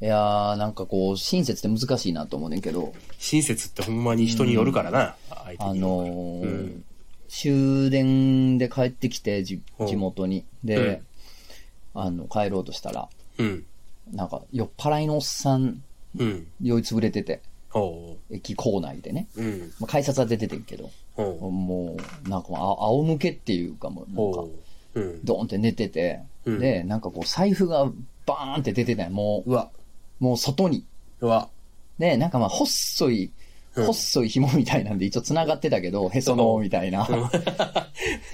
いやー、なんかこう、親切って難しいなと思うねんけど、親切ってほんまに人によるからな、相手あによのるーうん終電で帰ってきて、じうん地元に。で、あの、帰ろうとしたら、うん。なんか、酔っ払いのおっさん、うん。酔いつぶれてて、おう駅構内でね。うん。まあ、改札は出ててんけど、おうもう、なんかもう、あ仰向けっていうかもう、なんかお、ううん。ドーンって寝てて、うんで、なんかこう、財布がバーンって出てたんやもう、うわ、もう外に。うわ。で、なんかまあ、細い、うん細い紐みたいなんで一応繋がってたけど、へその緒みたいな。 あ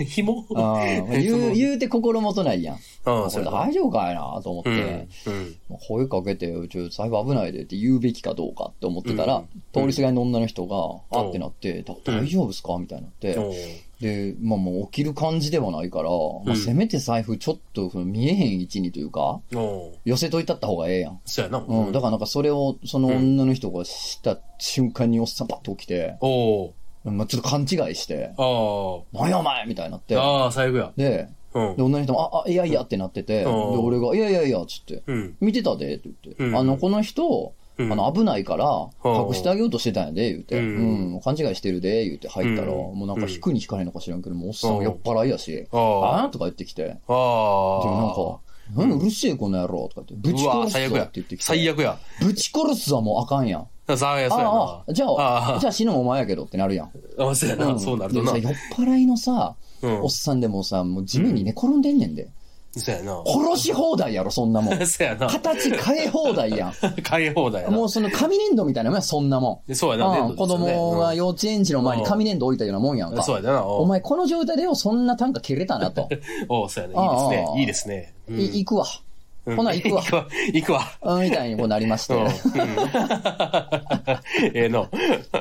紐あ言う、う。言うて心もとないやん。あああ、こそれうだ。大丈夫かいなと思っうてん、。うん。まあ声かけて、うち、財布危ないでって言うべきかどうかって思ってたら、うん通りすがりの女の人が、うんあってなって、だ大丈夫ですかみたいになって、おうで、まあもう起きる感じではないから、まあ、せめて財布ちょっとその見えへん位置にというか、おう寄せといたった方がええやん。そうやな。うん、だから。からなんかそれを、その女の人がした瞬間におっさんパッと起きて、おうまあ、ちょっと勘違いして、あなんやお前みたいになってあ。、ああ、最悪や。で、うんで、。女の人も、あ、あ、いやいやってなってて、で、うん俺が、いやいやいや、つって、うん。見てたで、って言って、うんあの、この人、あうんの、危ないから、隠してあげようとしてたんやで、言うて、ううんん、勘違いしてるで、言うて入ったら、うんもうなんか引くに引かないのか知らんけど、もうおっさん酔っ払いやし、あああ。ーとか言ってきて、で、ああ。なんか、何うるせえこの野郎とか言って、ぶちうわ殺最す悪ぞやって言ってきて、最悪や。ぶち殺すぞもうあかんやん。最悪そうやな。ああ、じゃあああ、じゃあ死ぬもお前やけどってなるやん。ああ、そうやな。そうなるとな。でもさ酔っ払いのさ、うんおっ。さんでもさ、もう地面に寝転んでんねんで。そうやな。 殺し放題やろ、そんなもん。そうやな。形変え放題や変え放題やん。もな。うその紙粘土みたいなもんや、そんなもん。でそうやな。うん、子供が幼稚園児の前に紙粘土置いたようなもんやんうんか。そうやな。おお前この状態でよ、そんな単価蹴れたな と。おそうやな。いいですね。いいですね。い行くわ。うんほな行くわ 行くわ。行くわ。うんみたいにこうなりまして。うんうん ええの。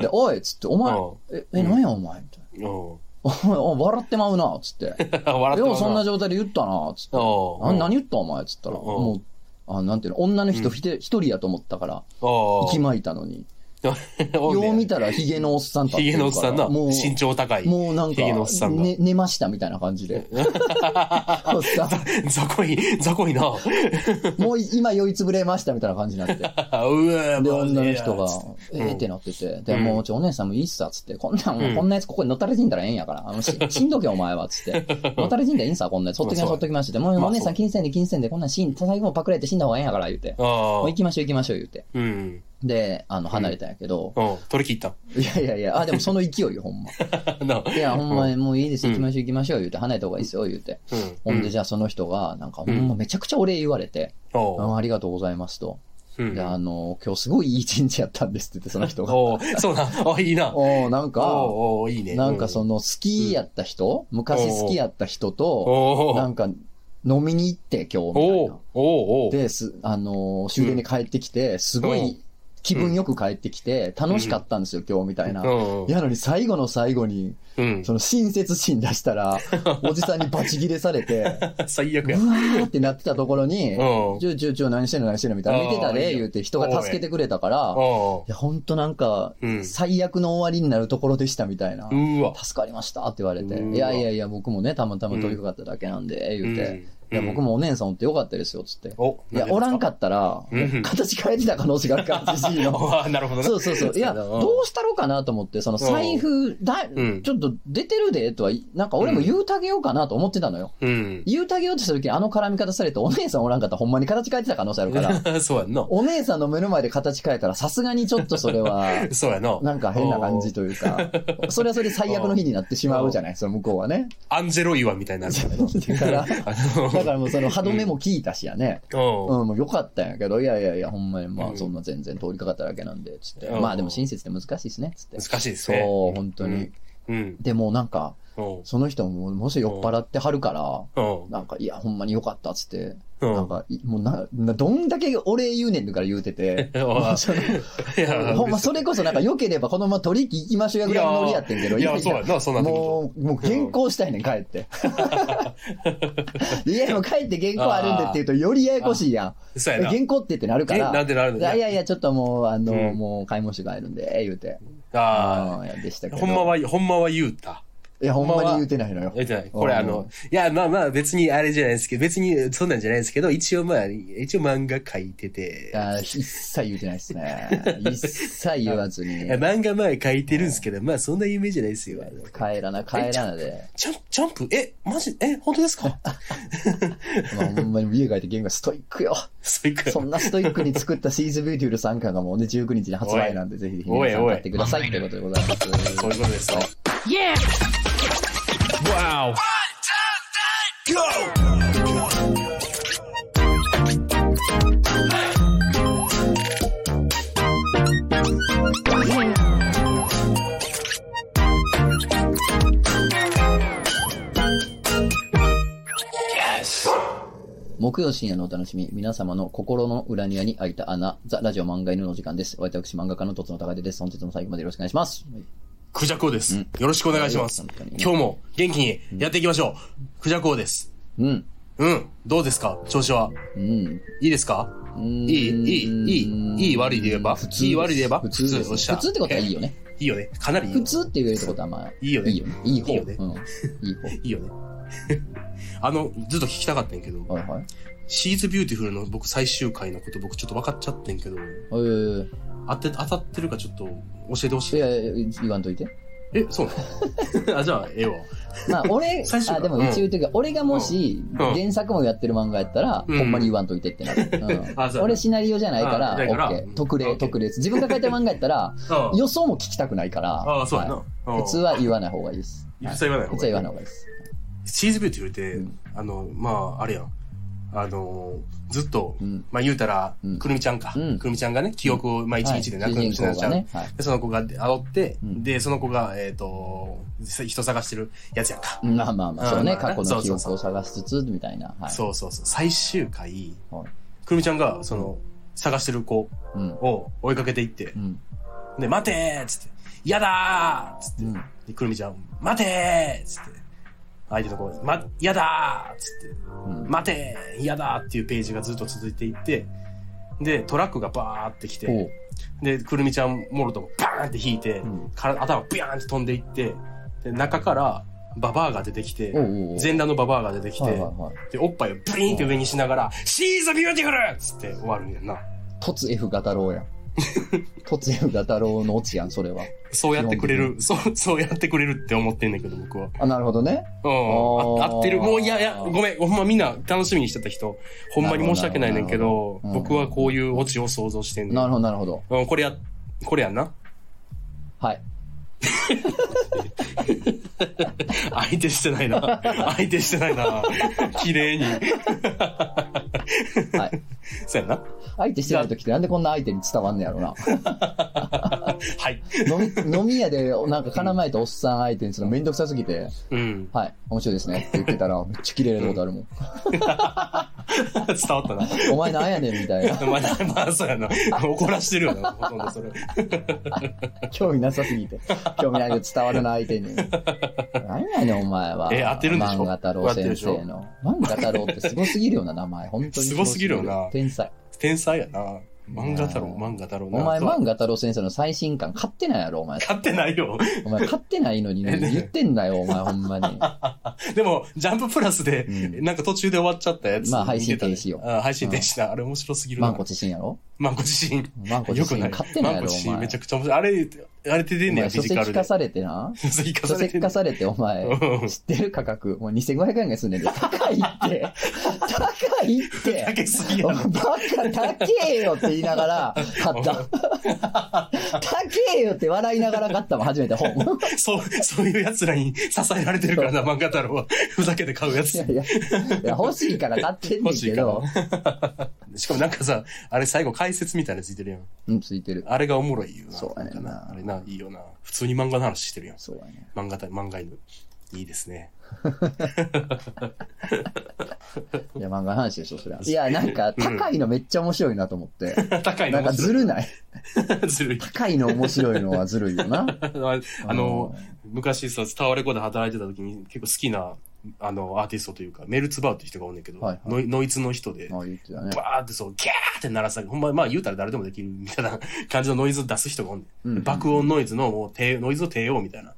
で、おいっつって、お前うん、え、え、何やお前みたいな。 うん お前お前、笑ってまうな、っつって。笑ってよもうそんな状態で言ったな、つって。おあ何言ったお前っつったら、んもう、あなんていうの、女の人ひて一人やと思ったから、お息巻いたのに。およう見たらヒゲのおっさん立ってヒるゲからのおっさんな。もう、身長高い。もうなんヒかゲのおっさん、が。ね、寝ましたみたいな感じで。おっさん 雑魚い、雑魚いな。 うわもう今酔いつぶれましたみたいな感じになって。 ぁ、で、マジ女ので人がつって、えーってなってて、で、うんもうちょ、お姉さんもいいっすわ、つって、こんなん、うんこんなやつここに乗ったれ死んだらええんやから、あのし、しんどけお前は、つ って、乗ったれ死んだらいいんすわ、こんなやつ、ほっときましょう、ほまあそうっときましょう、でもうまあお姉さそうん金銭で金銭で、こんなん死ん、最後パクられて死んだ方がええんやから、言うて、もあうあ行。きましょう行きましょう、言うて。うん。で、あの、離れたんやけど、うん。取り切った。いやいやいや、あ、でもその勢いよ、ほんま。 ないや、ほんまにもういいです、うん行きましょう行きましょう、言うて、離れた方がいいですよ、言うて。うん。ほんで、じゃあその人が、なんか、ほんまめちゃくちゃお礼言われて、ゃ、あおありがとうございますと。ううんで、あの、今日すごいいい一日やったんですって言って、その人が。おうそうな。おういいな。おう おーなんか、おういいね。なんかその、の、好きやった人、昔好きやった人と、おうなんか、飲みに行って、今日、みたおいうな。おうおうで、す、あのー、終電で帰ってきて、すごうんい気分よく帰ってきて、楽しかったんですよ、今日、みたいな。うんやのに、最後の最後に、うんそ。の親切心出した ら、おじさんにバチ切れされて、最悪うや。わーってなってたところに、うんちょいちょいちょい何してんの何してんのみたいな、見てたあーいいでよ言うて人が助けてくれたから、いおや、ほんとなんかうん、最悪の終わりになるところでしたみたいなう。うわ。助かりましたって言われて、うわいやいやいや、僕もね、たまたま取り掛かっただけなんで、言うて、うんいや、僕もお姉さんおってよかったですよ、つって。お、いや、おらんかったらうん、 形変えてた可能性があるから、じじいの。ああ、なるほどな。そうそうそう。いや、うんどうしたろうかなと思って、その財布、だうんちょっと出てるで、とは、なんか俺も言うたげようかなと思ってたのよ。うん。言うたげようとした時にあの絡み方されて、お姉さんおらんかったらほんまに形変えてた可能性あるから、 そうやんな。お姉さんの目の前で形変えたら、さすがにちょっとそれは、 そうやな。なんか変な感じというか、それはそれで最悪の日になってしまうじゃない、その向こうはね。アンジェロ岩みたいになるからな。だから、あ だからもうその歯止めも効いたしやね。の、うん。うん、もうよかったんやけど、いやいやいや、ほんまに、まうんあ、そんな全然通りかかっただけなんで、つって。うんまあでも親切って難しいですね、つって。難しいですね。そう、本当に。うん。でもなんか、うん。その人も、もし酔っ払ってはるから、うん。なんか、いや、ほんまによかったっつって、うん、なんか、いもうな、などんだけお礼言うねんとから言うてて ああそのいやほんま、それこそなんか良ければこのまま取引行きましょうやぐらいのノリやってんけど、いやそうやなそうなってくるともう、もう原稿したいねん、帰って。 いや、もう帰って原稿あるんでって言うと、よりややこしいやん。そうやな。原稿ってってなるかえら。なんてなるのいやいやいや、ちょっともう、あの、うんもう買い物して帰るんで、言うて。あうんでしたけあ。ど。ほんまは、ほんまは言うた。いや、ほんまに言うてないのよ。えっとこれうんあの、いや、まあまあ別にあれじゃないですけど、別にそんなんじゃないですけど、一応まあ、一応漫画書いててい、や、一切言うてないですね。一切言わずに。いや漫画まあ書いてるんですけど、まあそんな有名じゃないですよ。あの帰らな、帰らなで。ジャンプ、ジャンプ、え、マジ、え、本当ですかまあ、ほんまに家帰ってゲームがストイック よ。そういうかそんなストイックに作ったシーズビューティフル3巻がもうね、19日に発売なんで、ぜひぜひ皆さん買ってくださいということでございます。そういうことですよ。 Yeah! Wow! 木曜深夜のお楽しみ、皆様の心の裏庭に開いた穴、ザ・ラジオ漫画犬のお時間です。私、漫画家のとつの高手です。本日も最後までよろしくお願いします。クジャコウです。よろしくお願いします。はい今日も元気にやっていきましょう。クジャコウです。うん。うん。どうですか調子は。うん。いいですかいい、いい、いい、いい、悪いで言えば普通ですいい、悪いで言えば普通ですおっしゃ普通ってことはいいよね。いいよね。かなりいいよ普通って言えるってことはまあ、いいよねいいよね。いい方。いいよねうん。いい方。いいよね。 あの、ずっと聞きたかったんやけど、はいはい。シーズビューティフルの僕最終回のこと僕ちょっと分かっちゃってんけど、えー、当て、当たってるかちょっと教えてほしいい。や、言わんといて。え、そうなの あ、じゃあ、ええわ。 まあ、俺、最初あ、でも一応言うというか、俺がもし、うん原作もやってる漫画やったら、うんほんまに言わんといてってなる。 うんあそう俺シナリオじゃないから、あオだからッケー。特オッケ例、ー特例です。自分が書いた漫画やったら、あ予想も聞きたくないから、あ、あそうやな。はうんい普通は言わない方がいいです。普通は言わない方がいい普通は言わない方がいいです。シーズビューティフルって、うんあの、まあ、あれやん。あの、ずっと、うんまあ言うたら、うんくるみちゃんか、うんくるみちゃんがね、記憶を、まあ一日でなくはいしなち主人公ゃう。がねはいで、その子が煽って、うんで、その子が、えっ、と、さ人探してるやつやんか。まあまあまあ、そううね、ん過去の記そうそ憶うそを探しつつ、みたいな。はい。そうそうそう。最終回、はいくるみちゃんが、その、探してる子うん。を追いかけていってう、ん。で、待てーっつって、嫌だーっつって、うんで、くるみちゃん、待てーっつって、相手の子、ま、嫌だーっつって、うん。待て嫌だっていうページがずっと続いていって、で、トラックがバーって来ほうて、で、くるみちゃんもろともバーンって引いて、んから頭ビャーンって飛んでいって、で、中からババアが出てきておうおうおう、全裸のババアが出てきはていはいはい、で、おっぱいをブリーンって上にしながら、シーズビューティフルっつって終わるんやんな。突 F 型郎やん。 突 F 型郎のオチやん、それは。そうやってくれる、そう、そうやってくれるって思ってんねんけど、僕は。あ、なるほどね。うん。あーあ合ってる。もう、いやいや、ごめん。ほんまみんな楽しみにしてた人、ほんまに申し訳ないねんけど、なるほどなるほど僕はこういうオチを想像してんねんなるほど、なるほど。うん、これや、これやんな。はい。相手してないな。 相手してな いな。綺麗に。はい。そうやんな。相手してない時ってなんでこんな相手に伝わんねやろな。はい。飲み、 飲み屋で、なんか、金前とおっさん相手にするのめんどくさすぎて、うん。はい、面白いですねって言ってたら、めっちゃキレられたことあるもん。 伝わったな。お前なんやねんみたいな。まあ、まあ、そうやな。怒らしてるよな、ほとんどそれ。興味なさすぎ て。興味ないけど伝わるな、相手に。何やねん、お前は。え当てるんでしょ漫画太郎先生の。漫画太郎ってすごすぎるよな、名前。本当に。すごすぎるよな天才。天才やな。漫画太郎、漫画太郎な。お前、漫画画太郎先生の最新刊買ってないやろ、お前。買ってないよ。お前、買ってないのに、ね、言ってんだよ、お前、ほんま に。でも、ジャンププラスで、うなんか途中で終わっちゃったやつ。まあ配信停止よ見てたねあ配信停止だ。あれ面白すぎるな。マンコ自身やろマンコ自身。マンコ自身買ってないマやンコろ、お自身前。めちゃくちゃ面白い。あれ、あれって出おん前ねや、フ書ィジカ籍ル化で。されてな。書籍化書され籍てん化ねされて、お前う、ん知ってる価格。もう2500円がすんねんで。高いって。高いって。高すぎやおろ前バカ、高えよって言いながら買った。高えよって笑いながら買ったもん、初めて本。そう、そういう奴らに支えられてるからな、漫画太郎は。ふざけて買うやついや。いや、いや欲しいから買ってんねんけど欲。しかもなんかさ、あれ最後解説みたいなのついてるやん。うん、ついてる。あれがおもろいよな。そうやねんななんかあれな、いいよな。普通に漫画の話してるやん。そうやね。漫画対漫画犬。いいですね。 いや、漫画の話でしょ、それは。いや、なんか、高いのめっちゃ面白いなと思って。高いなのんか面ず白い。るない。 ずるい。高いの面白いのはずるいよな。あの、昔さ、スタワレコで働いてた時に結構好きな、あの、アーティストというか、メルツバーっていう人がおんねんけど、はいはいノイノイズの人で、まあ言ってたね。バーってそう、ギャーって鳴らさほんま、まあ言うたら誰でもでき るみたいな感じのノイズを出す人がおんねん。うん爆音ノイズのもう低、ノイズの帝王みたいな。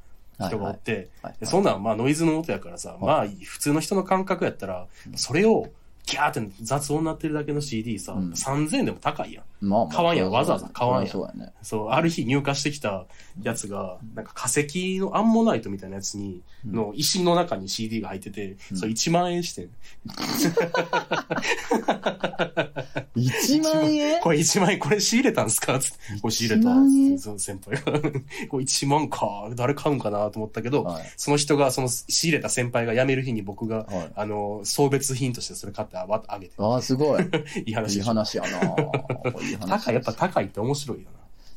人がおって、はいでそんなんまあノイズの音やからさ、まあ普通の人の感覚やったら、それをギャーって雑音になってるだけの CD さ、うん3000円でも高いやん。まあ、買わんやんわざわざ買わんやんそうやね。そう、ある日入荷してきたやつが、なんか化石のアンモナイトみたいなやつに、うんの石の中に CD が入ってて、うんそれ1万円してん。 1万円 これ1万円、これ仕入れたんですかつって、これ仕入れた1万円。その先輩 が。これ1万か、誰買うんかなと思ったけど、はいその人が、その仕入れた先輩が辞める日に僕が、はい。あの、送別品としてそれ買ってあわあげて、ああ、すご い。いい話いいでしょ。話やな。いい話。高い、やっぱ高いって面白いよな。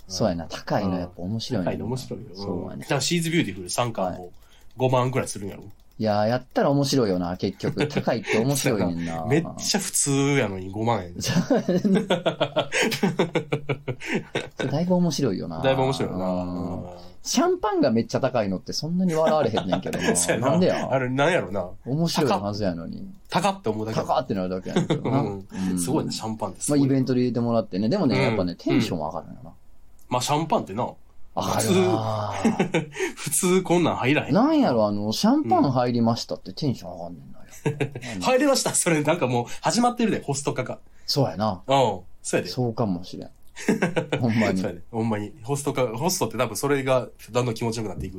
そうやな。高いのうんやっぱ面白い高ねいの面白いよ。そうやんだね。からシーズビューティフル3巻も5万ぐらいするんやろ。いやー、やったら面白いよな、結 局。高いって面白いねんな。めっちゃ普通やのに5万円。ゃ。だいぶ面白いよな。だいぶ面白いようんな。シャンパンがめっちゃ高いのってそんなに笑われへんねんけど そうな。やなんでやあれ、なんやろな。面白いはずやのに。高って思うだけ。高ってなるだけやねんけどな。うんうんすごいね、シャンパンってすまあ、ごい。イベントで入れてもらってね。でもね、うんやっぱね、テンションは上がるのよな。まあ、シャンパンってな、上がるな普通こんなん入らへ ぁ。ん。なんやろ、あの、シャンパン入りましたってテンション上がんねんなやっ ぱ。入れましたそれ、なんかもう、始まってるで、ホスト化が。そうやな。うん。そうやで。そうかもし れん。ほんまにそう。やで。ほんまに。ホスト化、ホストって多分それが、だんだん気持ちよくなっていく。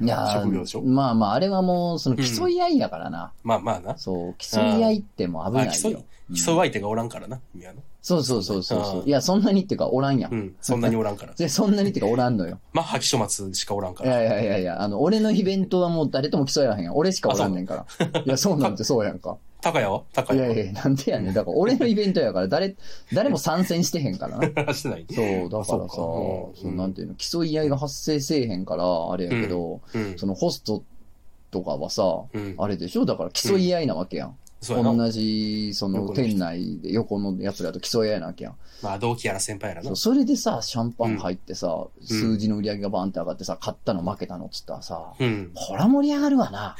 いや職業でしょーまあまあ、あれはもう、その、競い合いやからな。まあまあな。そう、競い合いってもう危ないあ競いよ。うん競う相手がおらんからな、君はな。そうそうそうそうそあう。いや、そんなにっていうか、おらんや。うんん。そんなにおらん から。でそんなにっていうか、おらんのよ。マッハ、書松しかおらんかいら。やいやいやいや、あの、俺のイベントはもう誰とも競い合わへんやん。俺しかおらんねん から。いや、そうなんてそうやんか。高谷は高い谷やいや、なんでやねん。だから俺のイベントやから、誰、誰も参戦してへんからな。は。してない。そう、だから そうさ、かそうんう、なんていうの、競い合いが発生せえへんから、あれやけど、うんそ。のホストとかはさ、うん。あれでしょだから競い合いなわけやん。そうやな。同じ、その、横の人店内で横の奴らと競い合いなわけやん。まあ、同期やら先輩やらなそう。それでさ、シャンパン入ってさ、数字の売り上げがバーンって上がってさ、勝ったの負けたのっつったらさ、うん。ほら盛り上がるわな。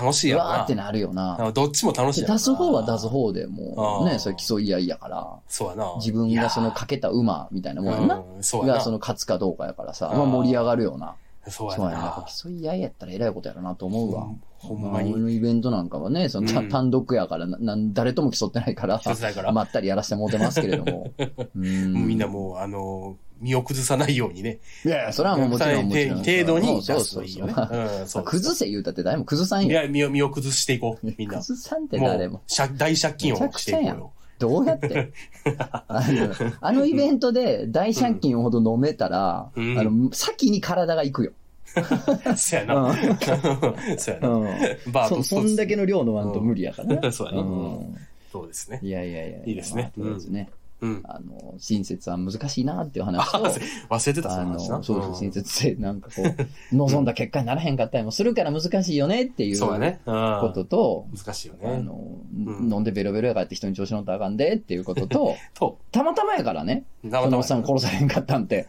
楽しいうやろわーってな。なるよな。あどっちも楽しいやろな出す方は出す方でもう、あね、ーそれ競い合いやから。そうやな。自分がそのいかけた馬みたいなもんややんな。うんそうやがな。そその勝つかどうかやからさ、あーまあ盛り上がるような。うやそうやな。やっなぱ。競い合いやったらえらいことやろなと思うわ。ほんままあ俺に。のイベントなんかはね、そのたうん単独やからな、なん誰とも競ってない から、一つだから。まったりやらせてもうてますけれど も。うんもうみんなもう、あの、身を崩さないようにね。いやいや、それはもうもちろんもちろん。程度にそ出うすそとういいそよう。ね。まうん、そあう。崩せ言うたって誰も崩さんいよ。や、身を、身を崩していこう、みんな。崩さんって誰もも。う、借大借金をしていこうよ。どうやって あのあのイベントで大借金ほど飲めたら、うんあの、先に体が行くよ。 そうやな。そうやな。 バーとそそんだけの量のワンと無理やからね。そうやうな。んそうですね。いやいやいや。いいですねまあとりあえずね、うん。あの、親切は難しいなっていう話 と、忘れてた、そあの、の話そな。うそう、親ん切ってなんかこ う、望んだ結果にならへんかったりもするから難しいよねっていうそうやこね。うんとと、難しいよあね。の、ん飲んでベロベロやからって人に調子乗ったらあかんでっていうこと と、と、たまたまやからね、生そのおっさん殺されへんかったん て、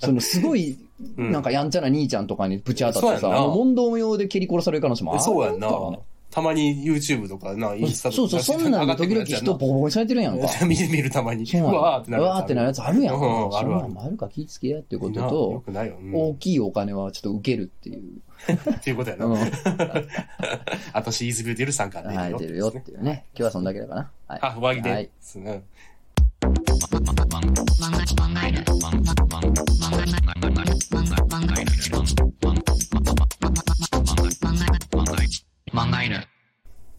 そのすごい、うんなんかやんちゃな兄ちゃんとかにぶち当たってそさ、うやんなあの問答用で蹴り殺される可能性もあるそうやんなからね。たまに YouTube とかな、インスタそうとそかう、そんなんで時々上人ボがコボコにされてるやんか。ってくるやつやな 見てみるたまに。そううなのわーってなうるやつ。わーってなるやつあるやんか。うんあるあるそんなんもあるから気ぃつけやっていうことなよと、くないよ。うん大きいお金はちょっと受けるっていう。っていうことやうな。 ん。私、イーズビューデルさんから出るはいよ。出るよっていう ね。今日はそんだけだかな。はい。あ、上着はでい。すね。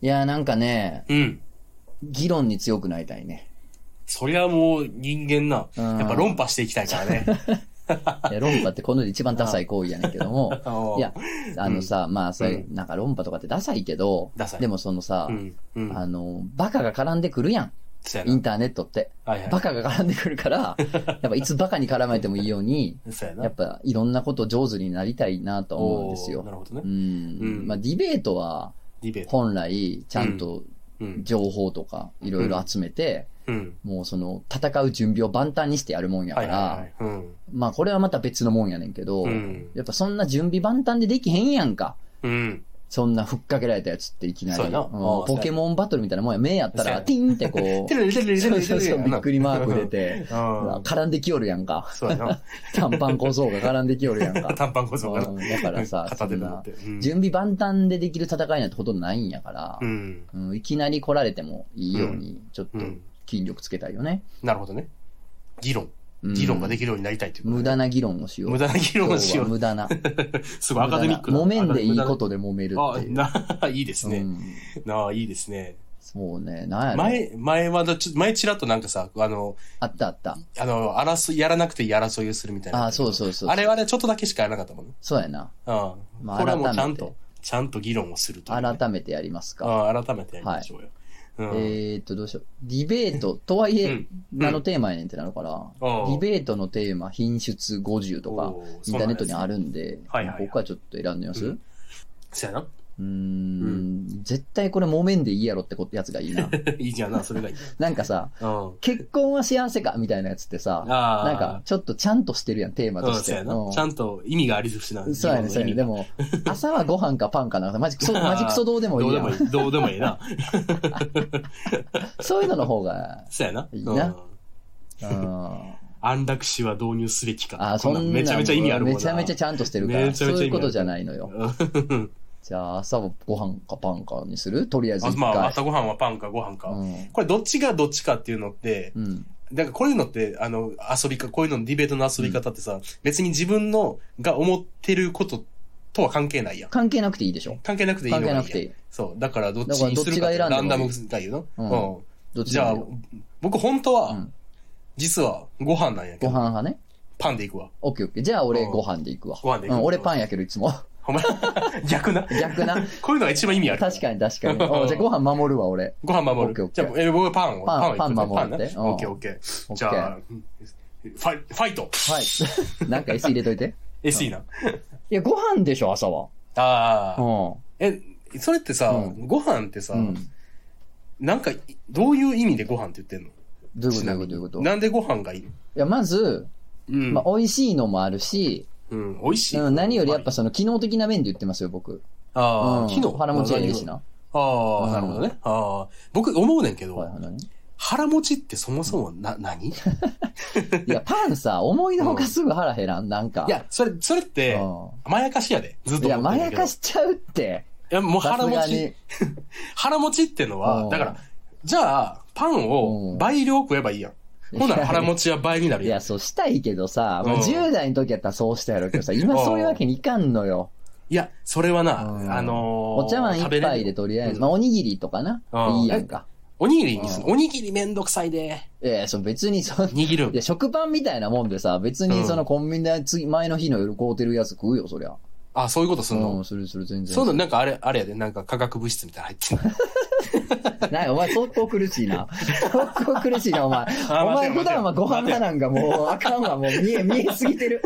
いやーなんかね、うん。議論に強くなりたいね。そりゃもう人間な。うんやっぱ論破していきたいか らね。、いや論破ってこの世で一番ダサい行為やねんけども ああいや、あのさ、まあそれ、うなんか論破とかってダサいけどダサい、でもそのさう、ん。うん。あの、バカが絡んでくるやん。そうやイなン。ターネットって。はいはいバカが絡んでくる から、やっぱいつバカに絡まれてもいいように、そうやな。やっぱいろんなこと上手になりたいなと思うんですおーよ。なるほどうね。ん。まあディベートはディベート。本来ちゃんとうん。情報とかいろいろ集めて、うん。もうその戦う準備を万端にしてやるもんやかはいはいはら、い。うん。まあこれはまた別のもんやねんけどう、ん。やっぱそんな準備万端でできへんやんか。うん。そんなふっかけられたやつっていきなり。そうやなうんああポケモンバトルみたいなもんや。目やったそうら、やティーンってこ てるてるう、てそうるそうそう、びっくりマーク出て、うほらん。絡んできよるやんか。そうやな。短パン小僧が絡んできよるやんか。短パンこそうんだからさ片手だって。うん準備万端でできる戦いなんてほとんどないんやからう、ん。うんいきなり来られてもいいように、ちょっとうん筋力つけたいよね。なるほどね。議論。うん議論ができるようになりたいということね無駄な議論をしよう。無駄な議論をし今日はよう。無駄な。すごいアカデミックな。揉めんでいいことで揉めるあっていう。な、いいですうね。んなあ、いいですね。そうね、なんやろ。前、前はだ、ちょ前ちらっとなんかさ、あの、あったあった。あの、争い、やらなくていい争いをするみたいな。ああ、そうそうそう。あれはね、ちょっとだけしかやらなかったもんね。そうやな。うん。まあこれはもうちゃ改んめてと、ちゃんと議論をするというね、改めてやりますか。うん改めてやりましょうよ。うんえーっと、どうしよう。ディベート、とはいえ、うん何のテーマやねんってなるから、デああィベートのテーマ、品質50とかおー、インターネットにあるんで、そうなんですねはいはいはい僕はちょっと選んでみます、ううんそやな。 ーん、ん、絶対これ揉めんでいいやろってことやつがい いな。いいじゃんな、それがいい。なんかさ、うん。結婚は幸せかみたいなやつってさ、ああ。なんか、ちょっとちゃんとしてるやん、テーマとうん、しそうて。やなう。んちゃんと意味があり尽くしな。そうやね、そうやね。でも、も、朝はご飯かパンかなんか、マジク ソ、マジクソどうでもいどういでやもいん。い。どうでもい いな。そういうのの方 が、そうやな。いいなうんうん。安楽死は導入すべきか。あー、そんなんめちゃめちゃ意味あるもんな。めちゃめちゃちゃんとしてるから、めちそゃうめちゃい意味あるうことじゃないのよ。 じゃあ、朝はご飯かパンかにするとりあえずあ一回。まあ、朝ごはんはパンかご飯か。うん。これどっちがどっちかっていうのって、うん。なんかこういうのって、あの、遊びか、こういうのディベートの遊び方ってさ、別に自分のが思ってることとは関係ないやん。関係なくていいでしょ。関係なくていいの関が係なんいいやくていい。そう。だからどっちだからにするかってどっちが選んでもいいランダムがいいの。うんうんどっちじでもゃいあいよ、僕本当は、うん実はご飯なんやけごど、飯派ね。パンでいくわ。オッケーオッケー。じゃあ俺うんご飯で行くわ。ご飯で行くうん、俺パンやけどいつも。ほんま 逆な。逆な。 こういうのが一番意味ある。確かに確かに。 おじゃあご飯守るわ、俺。ご飯オッ守ケーオるッ。じケーゃあ、え僕はパンを。パンをいくねパン守ってパンねうんオッケーオッケオッケー。ーじゃあ、ファイファイトはい。 なんか S 入れといて。 !SE な。いや、ご飯でしょ、朝は。ああ。うえ、それってさう、ご飯ってさん。う、ん。なんか、どういう意味でご飯って言ってんのどういうことどういうことどういうこといなんでご飯がいいのや、まず、うんまあ、。美味しいのもあるし、うん美味しい。うん、何よりやっぱその機能的な面で言ってますよ、僕。あうあ、ん昨日。腹持ちええしな。あうあ、んなるほどね。ああ。僕思うねんけはいどは、いはい腹持ちってそもそもな、何いいや、パンさ、思いのほかすぐ腹減らん、なんか。や、それ、それっうん、て、まやかしやで。ずっいとや、思まってんだやけど。かしちゃうって。いや、もうさ腹す持がちに。。腹持ちってのうは、んだから、じゃあ、パンうをん倍量食えばいいやん。ほんなら腹持ちは倍になるいやんや、。そうしたいけどさ、まうんあ、10代の時やったらそうしたやろうけどさ、今そういうわけにいかんのよ。いや、それはな、うんあのーお茶碗一食べれ杯でとりあえず、うんまあ、おにぎりとかな。うんいいやんか。おにぎりにする。うおにぎりめんどくさいで。ええ、そう別に そん握るいや、食パンみたいなもんでさ、別にそうのコンビニで次、前の日の夜買うてるやつ食うよ、そりゃ。あ、そういうことすんうのん、するする、全然。そういうの、なんかあれ、あれやで、なんか化学物質みたいなの 入ってんのなんかお前相当苦しい な。相当苦しいな、お前。お前普段はご飯派なんかもうあかんわ、もう見え、見えすぎてる。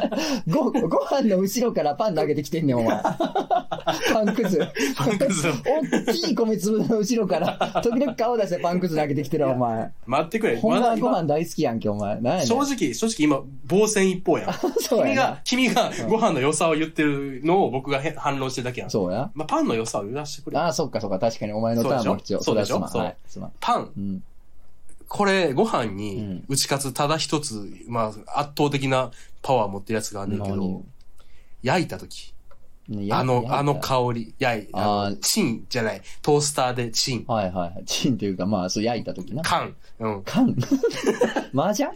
ご、ご飯の後ろからパン投げてきてんねん、お 前。パンくず。パンくずを大きい米粒の後ろから、 時々顔出してパンくず投げてきてるわ、お前。待ってくれ。ほんまはだご今飯大好きやんけ、お前。なんやねん正直、正直今、防戦一方やん。そうや君がな、君がご飯の良さを言ってるのを僕がへ反論してるだけやん。そうや。まあ、パンの良さを言わせてくれ。ああ、そっかそっか、確かにお前のターンも必要。そうでしょそれはすまんそうでしょはい、すまん。パンう、ん。これ、ご飯うにん打ち勝つただ一つ、まあ、圧倒的なパワー持ってるやつがあんねんけど何、焼いた時、ねやあの、やったあの香り、焼い、あーあの、チンじゃない、トースターでチン、はいはいはい。チンというか、まあ、そう焼いた時な。カン、うん。カン 麻雀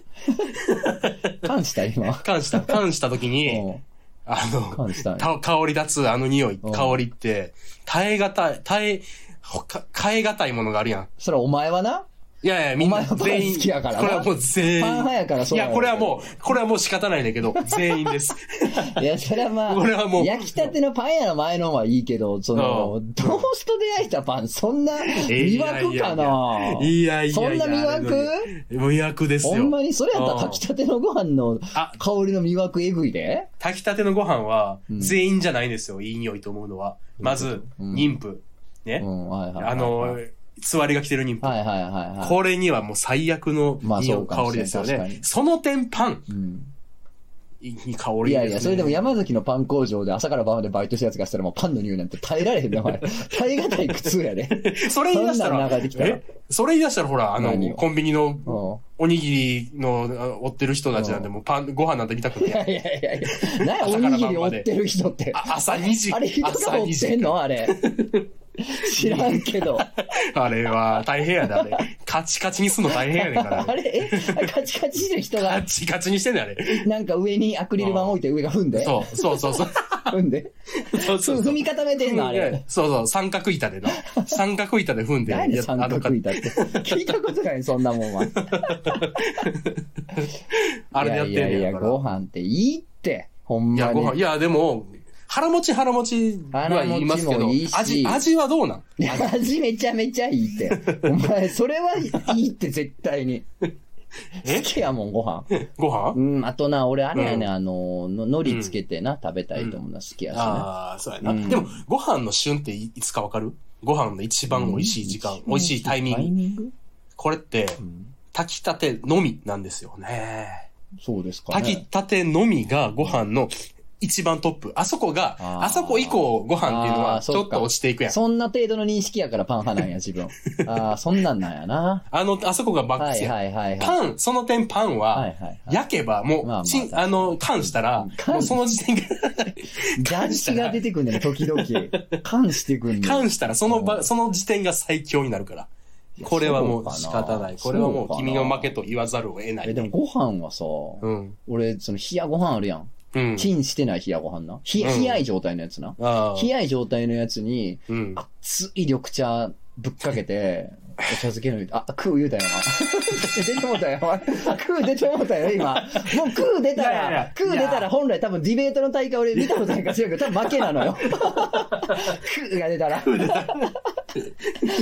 カンした 今。カンした、カンした時に、うんあカのンしたんや、た香り立つあの匂い、うん香りって、耐え難い、耐え、ほか変え難いものがあるやん。それお前はな、いやいや、みんおな前はパン全員。好きやからなこれはもう全員。パン派やからそういなや、のこれはもう、これはもう仕方ないんだけど、全員 です。いや、それはまあ、俺はもう焼きたてのパン屋の前のはいいけど、その、トーストで焼いたパン、そんな魅惑かないやいやいや。そんな魅惑魅惑ですよ。ほんまに、それやったらうん炊きたてのご飯のあ香りの魅惑えぐいで炊きたてのご飯は、うん全員じゃないんですよ。いい匂いと思うのは。まず、うん妊婦。ねう。ん、はいはいはい。あのはい、座りが来てる妊婦。はいはいはい。これにはもう最悪のまあ匂そい、うか香もしりれんですよ確かね。にその点パン、うん。いい香りです、ね。いやいや、それでも山崎のパン工場で朝から晩までバイトしたやつがしたらもうパンの匂いなんて耐えられへんな、お前。耐え難い苦痛やで。 それ言い出したそんならん流れてき、たらえそれ言い出したらほら、あ何の、をコンビニのうんおにぎりの追ってる人たちなんで、うんもうパン、ご飯なんて見たくいて。やいやいやいや。何や、朝おからにぎ晩りま追でってる人って。あ朝2時。あれ人が朝追ってんのあれ。知らんけど。 あれは大変やで、あれ。カチカチにすんの大変やねんから、あね。れ、えカチカチしてる人カが、チカチにしてんねん、あれ。なんか上にアクリル板置いて上が踏んで。そう、そうそうそう。踏んで。そうそうそ踏う。み固めてんのあれ。そうそう、三角板でな。三角板で踏んで。何や三あの角板って。聞いたことない、そんなもんは。あれでやってんいやいねんややいや、から。ご飯っていいって。ほんいや、まに。ご飯、いや、でも、腹持ち腹持ちは言いますけ腹ど、持ちもいいし味、味はどうなんいや味めちゃめちゃいい って。お前、それはいいって絶対に。え好きやもん、ご飯。ご飯、うん、あとな、俺あれやね、うんあの、の海苔つけてな、食べたいと思うの好きやしな。ああ、そうやな。うんでも、ご飯の旬っていいつかわかるご飯の一番美味しい時間、美味しいタイミング。グ。これって、うん炊きたてのみなんですよね。そうですか炊きね。たてのみがご飯の一番トップ。あそこが、あーあそこ以降ご飯っていうのあーはちそょっっかと落ちていくやん。そんな程度の認識やからパン派なんや、自 分。ああ、そんなんなんやな。あの、あそこがバックはいスやん。はいはいはい。パン、その点パはいンは、はいはい。焼けばまもあまあう、ち確ん、かにあの、缶したら、缶もうその時点か斬式が出てくんねん、時々。缶してくんねん。ら、缶したらそのう場、んその時点が最強になるから。これはもう仕方ない。これはもう君の負けと。と言わざるを得なえ、いで。もご飯はさ、うん。俺、その冷やご飯あるやん。うん。チンしてない冷やご飯な。ひうん冷やい状態のやつな。ああ冷やい状態のやつに、うん。熱い緑茶ぶっかけ て、お茶漬けの、あ、空言うたよな。出てもうたよ、お前。 空出てもうたよ、今。もう空出たいやいやいやら、空出たら本来多分ディベートの大会俺見たことないから知らんけど、多分負けなの よ。空が出たら。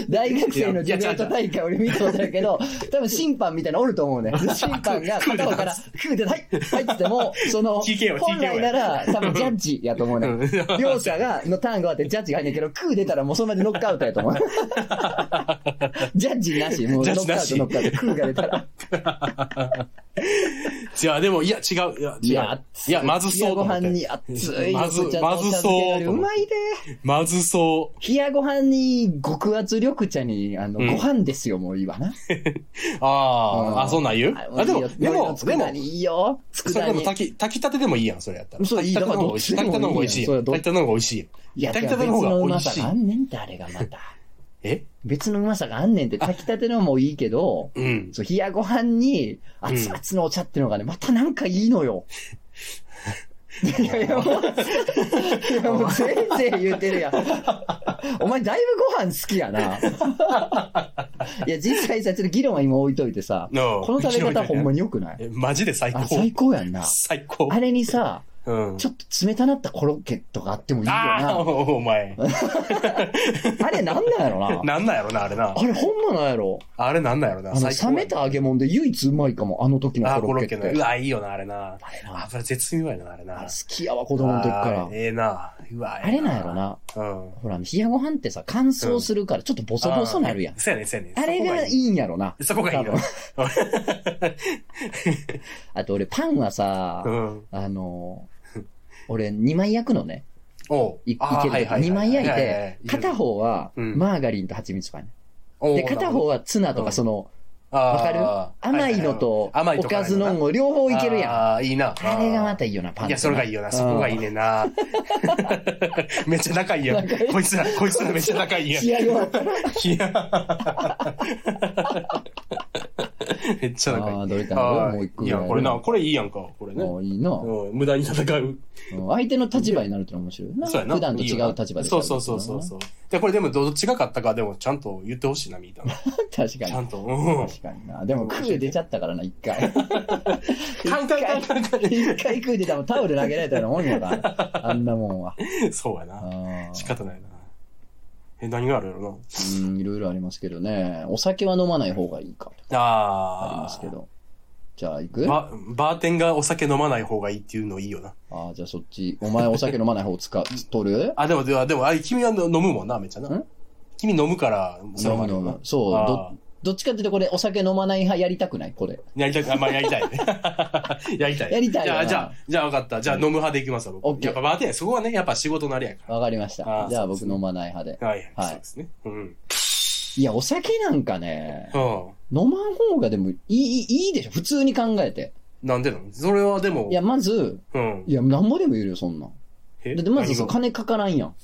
大学生のディベート大会俺見たことないけど、多分審判みたいなのおると思うね。審判が片方から、空出た、はい、はいっつっても、その、 TKO よ本来なら多分ジャッジやと思うね。両者が、のターンが終わってジャッジが入んねんけど、空出たらもうそんなにノックアウトやと 思う。ジャッジなし、もうジノャッジックなアウト、しノックアウト、空が出たら。じゃあでも、いや、違う。いや、違う。いや、まずそうと思冷やご飯って。に熱いまずお茶まずそうと思ってうまいで。まずそ冷やご飯に極厚緑茶に、あの、うんご飯ですよ、もういいわな。う。あうんあ、あ、そんなん言うあ、でいいよも、で海苔のも、で佃も、煮いいよ。つくそだれでも煮。炊き、炊きたてでもいいやん、それやったら。そういい炊きたての方が美味しい。だか炊らきたての方どが美っ味しいちやでもいいやんん。炊きたいや、別ての方が美味しいやん。炊きたてのの方がう美ま味しいさがあんねんって、あれがまた。え別のうまさがあんねんって、炊きたてのもいいけど、うん。そう、冷やご飯に、熱々のお茶ってのがね、またなんかいいの よ。いやいや、もう、いやもう全然言うてるやん。お前だいぶご飯好きやな。いや、実際さ、ちょっと議論は今置いといてさ、 No この食べ方ほんまに良くないえマジで最あ、高。最高やんな。最高。あれにさ、うん。ちょっと冷たなったコロッケとかあってもいいよああ、な。おお前。あれなんなんやろな。 なんなんやろな、あれなあ。れほんまなんやろ。あれなんなんやろな。あの、最高や冷めた揚げ物で唯一うまいかも、あの時のあーココロロッッケケっの。てう。わ、いいよな、あれな。あれなあ、それ絶妙やな、あれな。好きやわ、子供の時からあー。ええな。うわ、あれなんやろ。な。うん。ほら、冷やご飯ってさ、乾燥するから、ちょっとボソボソなるやんあー。そうやね、そうやね。あれそこがいいんやろな。そこがいい多の分。あと俺、パンはさう、ん。あのー、俺、2枚焼くのね。おういいあーけはるはとは2枚焼いはははて、片方は、うんマーガリンと蜂蜜とかね。おうで、片方はツナとうか、んその、わかるわ甘いのと、甘いおとかかずのんを両方いけるやん。ああ、いいな。あれがまたいいよな、パンいや、それがいいよな。そこがいいね。ねんな。めっちゃ仲いいやん。こいつら、こいつらめっちゃ仲いいやん。試合終わったいやめっちゃ仲いいあ。ーどれかなあもう一個ーぐいらいや、これな、これいいやんか、これね。もういいな。うん無駄に戦う。うん相手の立場になるってのは面白いな。そうやな。普段と違う立場で。そうそうそうそうそう。で、これでもどっちが勝ったかでもちゃんと言ってほしいな、みーたいな。確かちゃに。んと。うん。確かにな。でも、空出ちゃったからな、一回。カンカンカンカンカ一回空出たもんタオル投げられたようなもんや から。あんなもんは。ン。 そうやあな。ー仕方ないな。え、何があるやろうん、いろいろありますけどね。お酒は飲まない方がいいか、な。あああ。りますけ。ど。じゃあ、行くあバ、バーテンがお酒飲まない方がいいっていうのいいよな。あー、じゃあそっち。お前お酒飲まない方使う、取るあ、でも、でも、でも、あれ君は飲むもんな、めっちゃな。ん君飲むから、飲む飲む。そう、あーど、どっちかっていうとこれ、お酒飲まない派やりたくないこれ。やりたい、あ、まあ、や りたい。やりたい。やりたいじよゃなあ、じゃあ、じゃあ分かった。じゃあ、飲む派でいきますわ、オッ僕。ケーやっぱバーテン、そこはね、やっぱ仕事のあれやかわかりましたあ。ーじゃあそうで僕すね飲まない派で。ら。はい、はいそうですね。うん。いや、お酒なんかね、うん。飲まん方がでもいい、いいでしょ。普通に考えて。なんでなのそれはでもい、や、まず、うん。いや、なんぼでも言えるよ、そんなん。えだってまずそう何が金かからんやん。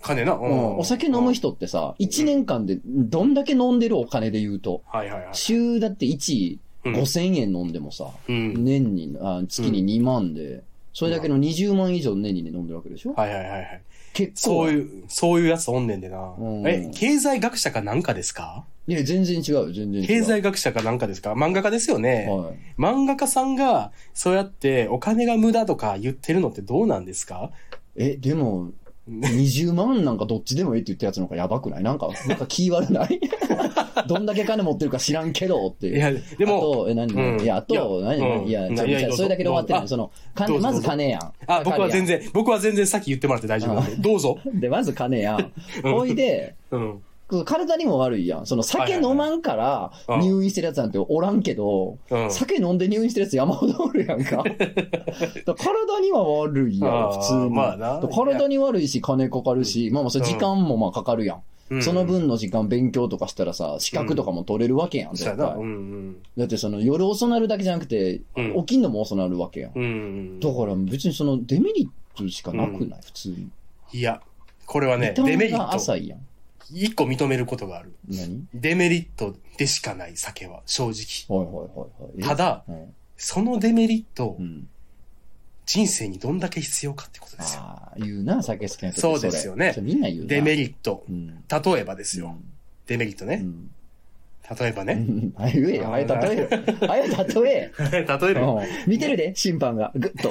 金な。ううんお酒飲む。人ってさ、1年間でどんだけ飲んでるお金で言うと、はいはいはい。週だって1、うん5000円飲んでもさ、うん。年に、あ月に2万で、それだけの20万以上年にね飲んでるわけでしょはいはいはいはい。結構。そういう、そういうやつおんねんでなう。んえ、経済学者かなんかですかいや、全然違うよ、全然違う。経済学者かなんかですか漫画家ですよね。はい。漫画家さんが、そうやってお金が無駄とか言ってるのってどうなんですかえ、でも、20万なんかどっちでもええって言ったやつの方がやばくないなんか、なんか気悪ない どんだけ金持ってるか知らんけどっていう。いや、であも、と、え、何、うんいや、あと、いや何、うんいや、うんちょいやいちょやどうぞそれだけで終わってどなうい。その、どう金、ぞまずどうぞ金やん。あ、僕は全然、僕は全然さっき言ってもらって大丈夫なんで、どうぞ。然。で、まず金やん。 うんほいで、うん。そう体にも悪いやん。その、酒はいはいはい飲まんからうん入院してるやつなんておらんけど、うん。酒飲んで入院してるやつ山ほどおるや んか。だから体には悪いやん、あー普通に。まあな体に悪いし、金かかるし、まあまあ、それ時間もまあかかるやん。うんその、分の時間勉強とかしたらさ、資格とかも取れるわけやん、そうや絶な。う対。んだってその夜遅なるだけじゃなくて、うん起きんのも遅なるわけやん。うん。うん。だから別にそのデメリットしかなくない、普通に。いや、これはね、見たデメ目リがッ浅ト。いやん。一個認めることがある。何デメリットでしかない酒は、正直。はいはいはいはい。えた、だ、うんそのデメリットをうん。人生にどんだけ必要かってことですよ。ああ、言うな、酒好きな人そうですよねそれみんな言うな。デメリリット。うん。例えばですよ。デメリットうね。ん。例えばうね。ん。 あれ言えよ、あれ例えよ。あれ例 え。例えば。うん見てるで、審判が。ぐっと。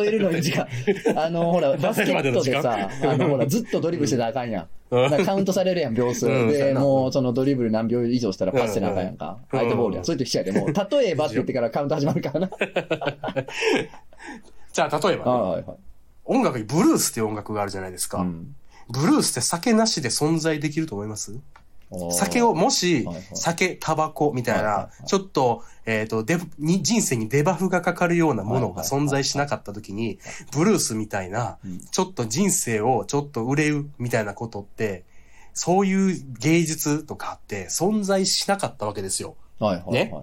例えるのに 時間。あの、ほら、バスケットでさ出せるまでの時、間あの、ほら、ずっとドリブルしてたらあかん やん。うんだからカウントされるやん、秒数。うんそうで、やなもう、そのドリブル何秒以上したらパスせなあかんやんか。うん相手ボールやん。それと一緒やで、もう、例えばって言ってからカウント始まるからな。じゃあ、例えあばね、 はいはい。音楽にブルースっていう音楽があるじゃないですか。うんブルースって酒なしで存在できると思います酒を、、もしはいはい、酒、タバコみたいはいはいなは、いちょっと、えっと、デブに人生にデバフがかかるようなものが存在しなかった時に、ブルースみたいなうん、ちょっと人生をちょっと憂うみたいなことって、そういう芸術とかって存在しなかったわけですよ。はいはいはい。ね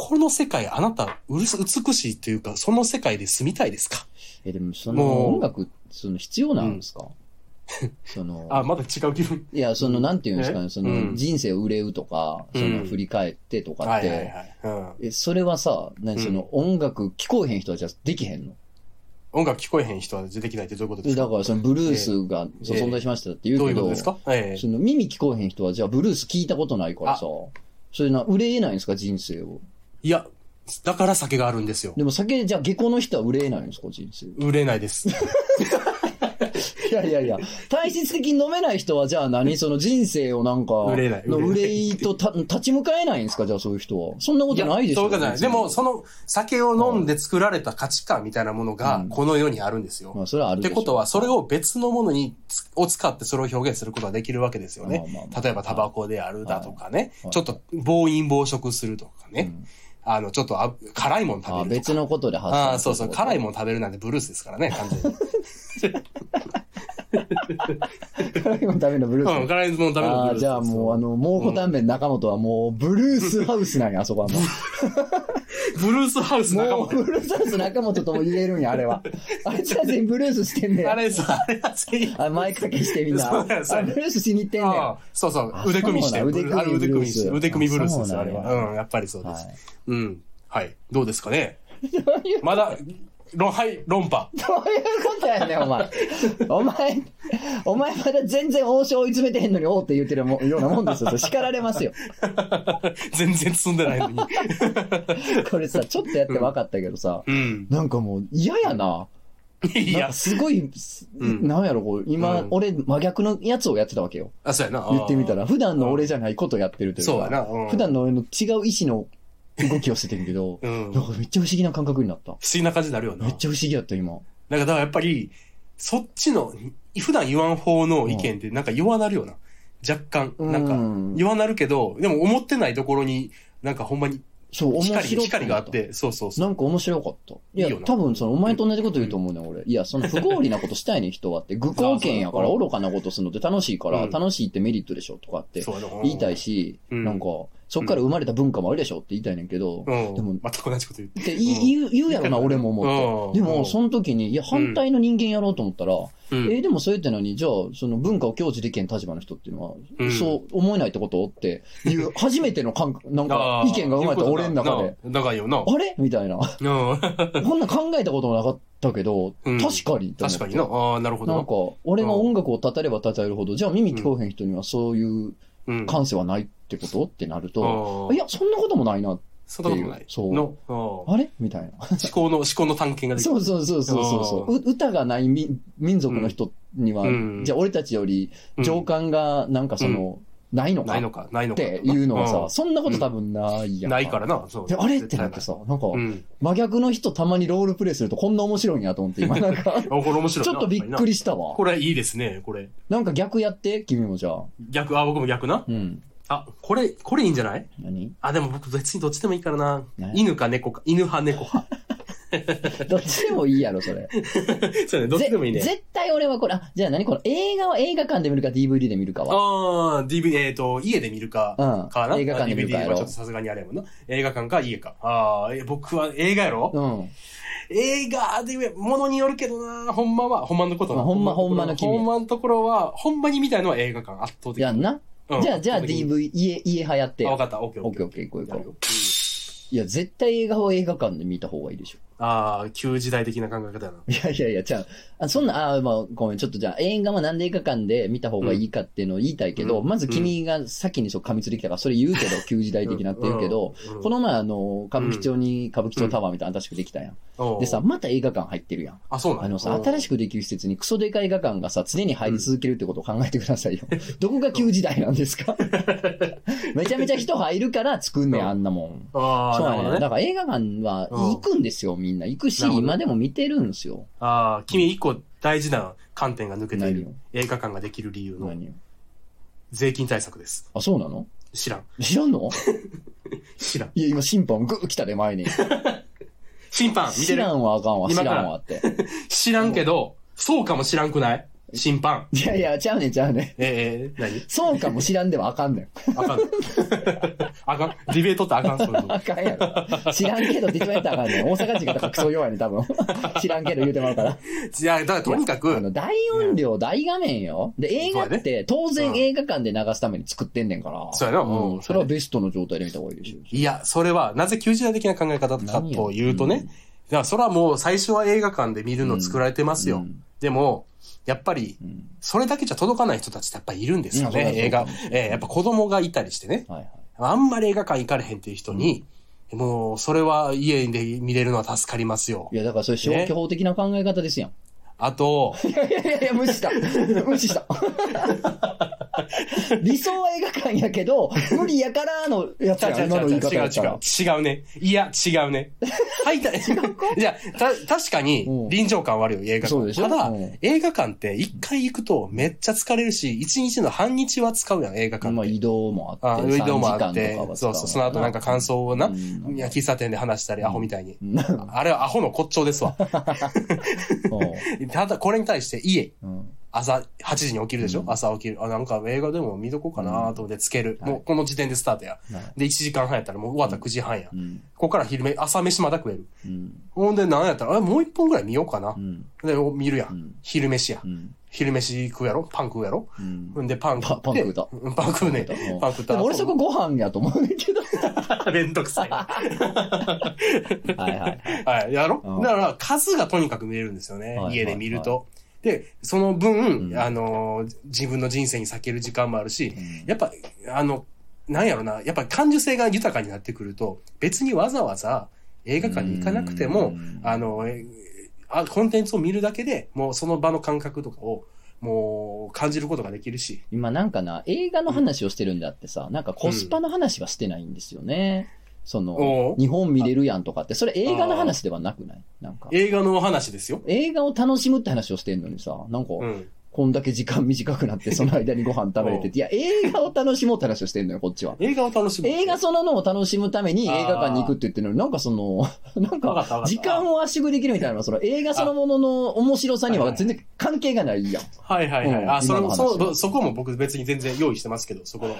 この世界、あなた、うるす美しいというか、その世界で住みたいですかえ、でも、そものう音楽、その必要なんですかそ の、あ、まだ違う気分。いや、その、なんていうんですかね、えそうの、ん人生を憂うとか、その、うん振り返ってとかはっいはいて、はい。うん。え、それはさ、何うんその、音楽聞こえへん人はじゃあできへんの音楽聞こえへん人は出てきないってどういうことですかだから、その、ブルースがそうええ存在しましたって言うどういけうこどとで、すかええその、耳聞こえへん人は、じゃあ、ブルース聞いたことないからさ、それな、憂えないんですか、人生を。いや、だから酒があるんですよ。でも、酒、じゃあ、下校の人は憂えないんですか、人生。い売れないです。やいやいや、体質的に飲めない人は、じゃあ何、その、人生をなんか、 憂えないの憂えない憂いとた立ち向かえないんですか、じゃあ、そういう人は。そんなことないでしょ。そういうことない。別にでも、その酒を飲んで作られた価値観みたいなものうがん、この世にあるんですよ。まあ、それはあるっでてしょことは、それを別のものにつ、を使ってそれを表現することができるわけですよねまあまあま。あ例えば、タバコであるだとかねは。いちょっと、暴飲暴食するとかね。うんあの、ちょっとあ、辛いもんあ食べると別か。のことで発ああ、そうそう。辛いん。もん食べるなんてブルースで すからね、完全に。辛いもん食べるのブルース。うん、辛いもん食べるあのあ、ブルースです。じゃあもう、あの、蒙古タンメン中本はもう、ブルースハウスなんや、あそこはもう。ブルースハウス仲もう、間。ブルースハウス中本とも言えるんや、あれは。あいつら全員ブルースしてんねん。あれさ、あれは全員。あ、マイク先してみんな。そあうなんですよブルースしに行ってんねん。ああはそうそあう、腕組みして、そうなんだあれ腕腕組みブルース組みして、腕組みブルースですよ、ああそうれなんやは。うん、やっぱりそうです。い。うん。はい。どうですかねどういう、まだ、論、はい、論破。 どういうことやねん、お前。お前、お前まだ全然王将追い詰めてへんのに、王って言ってるもようなもんですよ。それ叱られますよ。全然進んでないのに。これさ、ちょっとやって分かったけどさ、うん。なんかもう嫌やな。いなんやか、すごい、すうんなんやろ、こう、今、うん俺、真逆のやつをやってたわけよ。あ、そうやな。言ってみたら。ら、普段の俺じゃないことをやってるというか、そうやな。うん、普段の俺の違う意志の動きをしててんけどうん。不なん思かめっちゃ不思議な感覚になった。議な感じになるよな。めっちゃ不思議やった、今。なんか、だからやっぱり、そっちの、普段言わん方の意見って、なんか弱なるよな。若干。うんなんか、言わなるけど、でも思ってないところに、なんかほんまにそう、面白光、い。光があっ。て、そうそうそう。なんか面白かった。いや、いいよな多分その、お前と同じこと言うと思うね、俺。いや、その不合理なことしたいね、人はって。愚行権やから、そう愚かなことするのって楽しいから、うん楽しいってメリットでしょ、とかってそうやな言いたい。し、うんなんか、そっから生まれた文化もあるでしょって言いたいねんけど、うん。ででもも、全く同じこと言って。って言い言う言うやろな、俺も思って。うでんうも、んその時に、いや、反対の人間やろうと思ったら、うんえーでもそれって何じゃあ、その文化を享受できへん立場の人っていうのは、うんそう思えないってことっていう、初めての感覚、なんかあ、ー意見が生まれたいうこと俺の中で。な長いよな。あれみた いな。うんこんなん考えたこともなかったけど、うん確かにって思って確かにな。ああ、なるほどなんか、俺が音楽をたたればたたえるほど、じゃあ耳聞こえへん人にはそういううん。感性はないってことってなると、あいーや、そんなこともないな。そんなことない。そうのあーあれみたいな。思考の、思考の探検ができる。そうそうそうそうそうそう。う歌がない民民族の人には、うんじゃあ俺たちよりうん上官がなんかその、ないのかないのか、ないっのか。ていうのはさ、んそんなこと多分ないやん。ないからな。そうで。あれってなってさ、なんか、うん。真逆の人たまにロールプレイするとこんな面白いんやと思って、今なんか、あ、これ 面白いちな。ょっとびっくりしたわこ。れいいですね、これ。なんか逆やって、君もじゃあ。逆、あ、僕も逆な。うん。あ、これ、これいいんじゃない何あ、でも僕別にどっちでもいいからなね。犬か猫か。犬派猫 派。どっちでもいいやろ、それ。そう ね、どっちでもいいぜね。絶対俺はこれ、あ、じゃあ何この映画は映画館で見るか DVD で見るかは。ああ、DVD、えっと、家で見るか、うんかな。映画館で見るかや DVD ろはちょっとさすがにあれやもんな。映画館か家か。ああ、え僕は映画やろうん。映画でものによるけどな、ほんまは、ほんまのことまあな。ほんまのとこほんまの君ろほんまのところは、ほんまに見たいのは映画館、圧倒的。やんな。うんじゃあ、じゃあ圧倒的 DV、家、家派やってあ、わよ。かった、オッケーオオッッケケーー。オッケー、行こうや行るこよう。いや、絶対映画は映画館で見た方がいいでしょ。 ああ、旧時代的な考え方やな。いやいやいや、じゃあ、あそんな、あまあ、ごめん、ちょっとじゃあ、映画はなんで映画館で見た方がいいかっていうのを言いたいけど、うんまず君が先にそう、過密できたから、それ言うけど、旧時代的なって言うけど、うん、この前、あの、歌舞伎町に歌舞伎町タワーみたいなの新しくできたやん。のでさ、、また映画館入ってるやん。あ、そうなあのさ、新ししくできる施設にクソでかい映画館がさ、常に入り続けるってことを考えてくだ さいよ。どこが旧時代なんですかめちゃめちゃ人入るから作んね、うんんあんなもん。く。ああ、そうなるやねほどん。ね。だから映画館は行くんですよ、みんな。行くし、なるほど今でも見てるんですよ。ああ、君一個大事な観点が抜けてい何るよ。映画館ができる理由の何よ税金対策です。あ、そうなの知らん。知らんの知らん。いや、今、審判グー来たで、前に。審判、見て知るらんはあかんわ、知今かららんわって。知らんけど、そうかも知らんくない審判。いやいや、ちゃうねん、ちゃうねん。ええ、何そうかも知らんではあかんねん。あかん。あかん。ディベートってあかん。そういうのあかんやろ。知らんけどって言ってもらったらあかんねん。大阪人がだからクソ弱いねん、多分。 知らんけど言うてもらうから。 いや、だからとにかあく、の、大音量、大画面よ。で、映画っそうて、当然うん映画館で流すために作ってんねんから。そうやなうんうん。それはベストの状態で見た方がいいでしょ。いや、それは、なぜ旧時代的な考え方かというと何ねよ、いや、それはもう最初は映画館で見るの作られてますうよん。でも、やっぱりう、ん。それだけじゃ届かない人たちってやっぱいるんですようんそうだそね、うだ映画。えーやっぱ子供がいたりしてね。はいはい。あんまり映画館行かれへんっていう人に、もう、それは家で見れるのは助かりますよい。や、だからそれ消去法的な考え方ですやん。あと、いやいやいや、無視 した。無視した。 理想は映画館やけど、無理やからのやつ違うや、違う今の言い方違やうった違らう。。違うね。いや、違う ね。はい、た、 じゃあた、確かうんに臨場感はあるよ、映画そうで館。しょただうん、映画館って一回行くとめっちゃ疲れるし、一日の半日は使うやん、映画館まっあて。移動もああって、運動もあっ3時て間とか、は使そうわそう、その後なんか感想をな、ういんや喫茶店で話したり、アホみたいに。うんあれはアホの骨頂ですわ。 ただ、これに対して家、うん朝8時に起きるでしょ、うん朝起きる。あ、なんか映画でも見とこうかなと思ってつける。はいもうこの時点でスタートや。はいで、1時間半やったらもう終わったら9時半 や。うんここから昼飯、朝飯まだ食える。うんほんで、なんやったら、あもう一本ぐらい見ようかなう。んで、見るや。うんん昼飯やう。ん昼飯食うやろパン食うやろうん ほんで、パン食って。パパン食うたうんパン食うね。パン食うでた。も俺そこご飯やと思うねんけど。めんどくさい。はいはい。 はい、やろうんだから、数がとにかく見れるんですよねは。い家で見ると。で、その分、うんあのー、自分の人生に避ける時間もあるしう、んやっぱ、あの、なんやろな、やっぱ感受性が豊かになってくると、別にわざわざ映画館に行かなくてうもん、あの、えあコンテンツを見るだけでもうその場の感覚とかを、もう感じることができるし。今なんかな、映画の話をしてるんであってさ、なんかコスパの話はしてないんですよね。そのお、う日本見れるやんとかって、それ映画の話ではなくないなんか。映画の話ですよ。映画を楽しむって話をしてんのにさ、なんか、うん。こんだけ時間短くなって、その間にご飯食べれて て。いや、映画を楽しもうって話をしてんのよ、こっちは。映画を楽しむ。映画そののを楽しむために映画館に行くって言ってるのに、なんかその、なんわかったわかか、った時間を圧縮できるみたいな、その映画そのものの面白さには全然関係がないやん。はいはいはうい。んあ、それ今のも、話そそこも僕別に全然用意してますけ ど、そこの。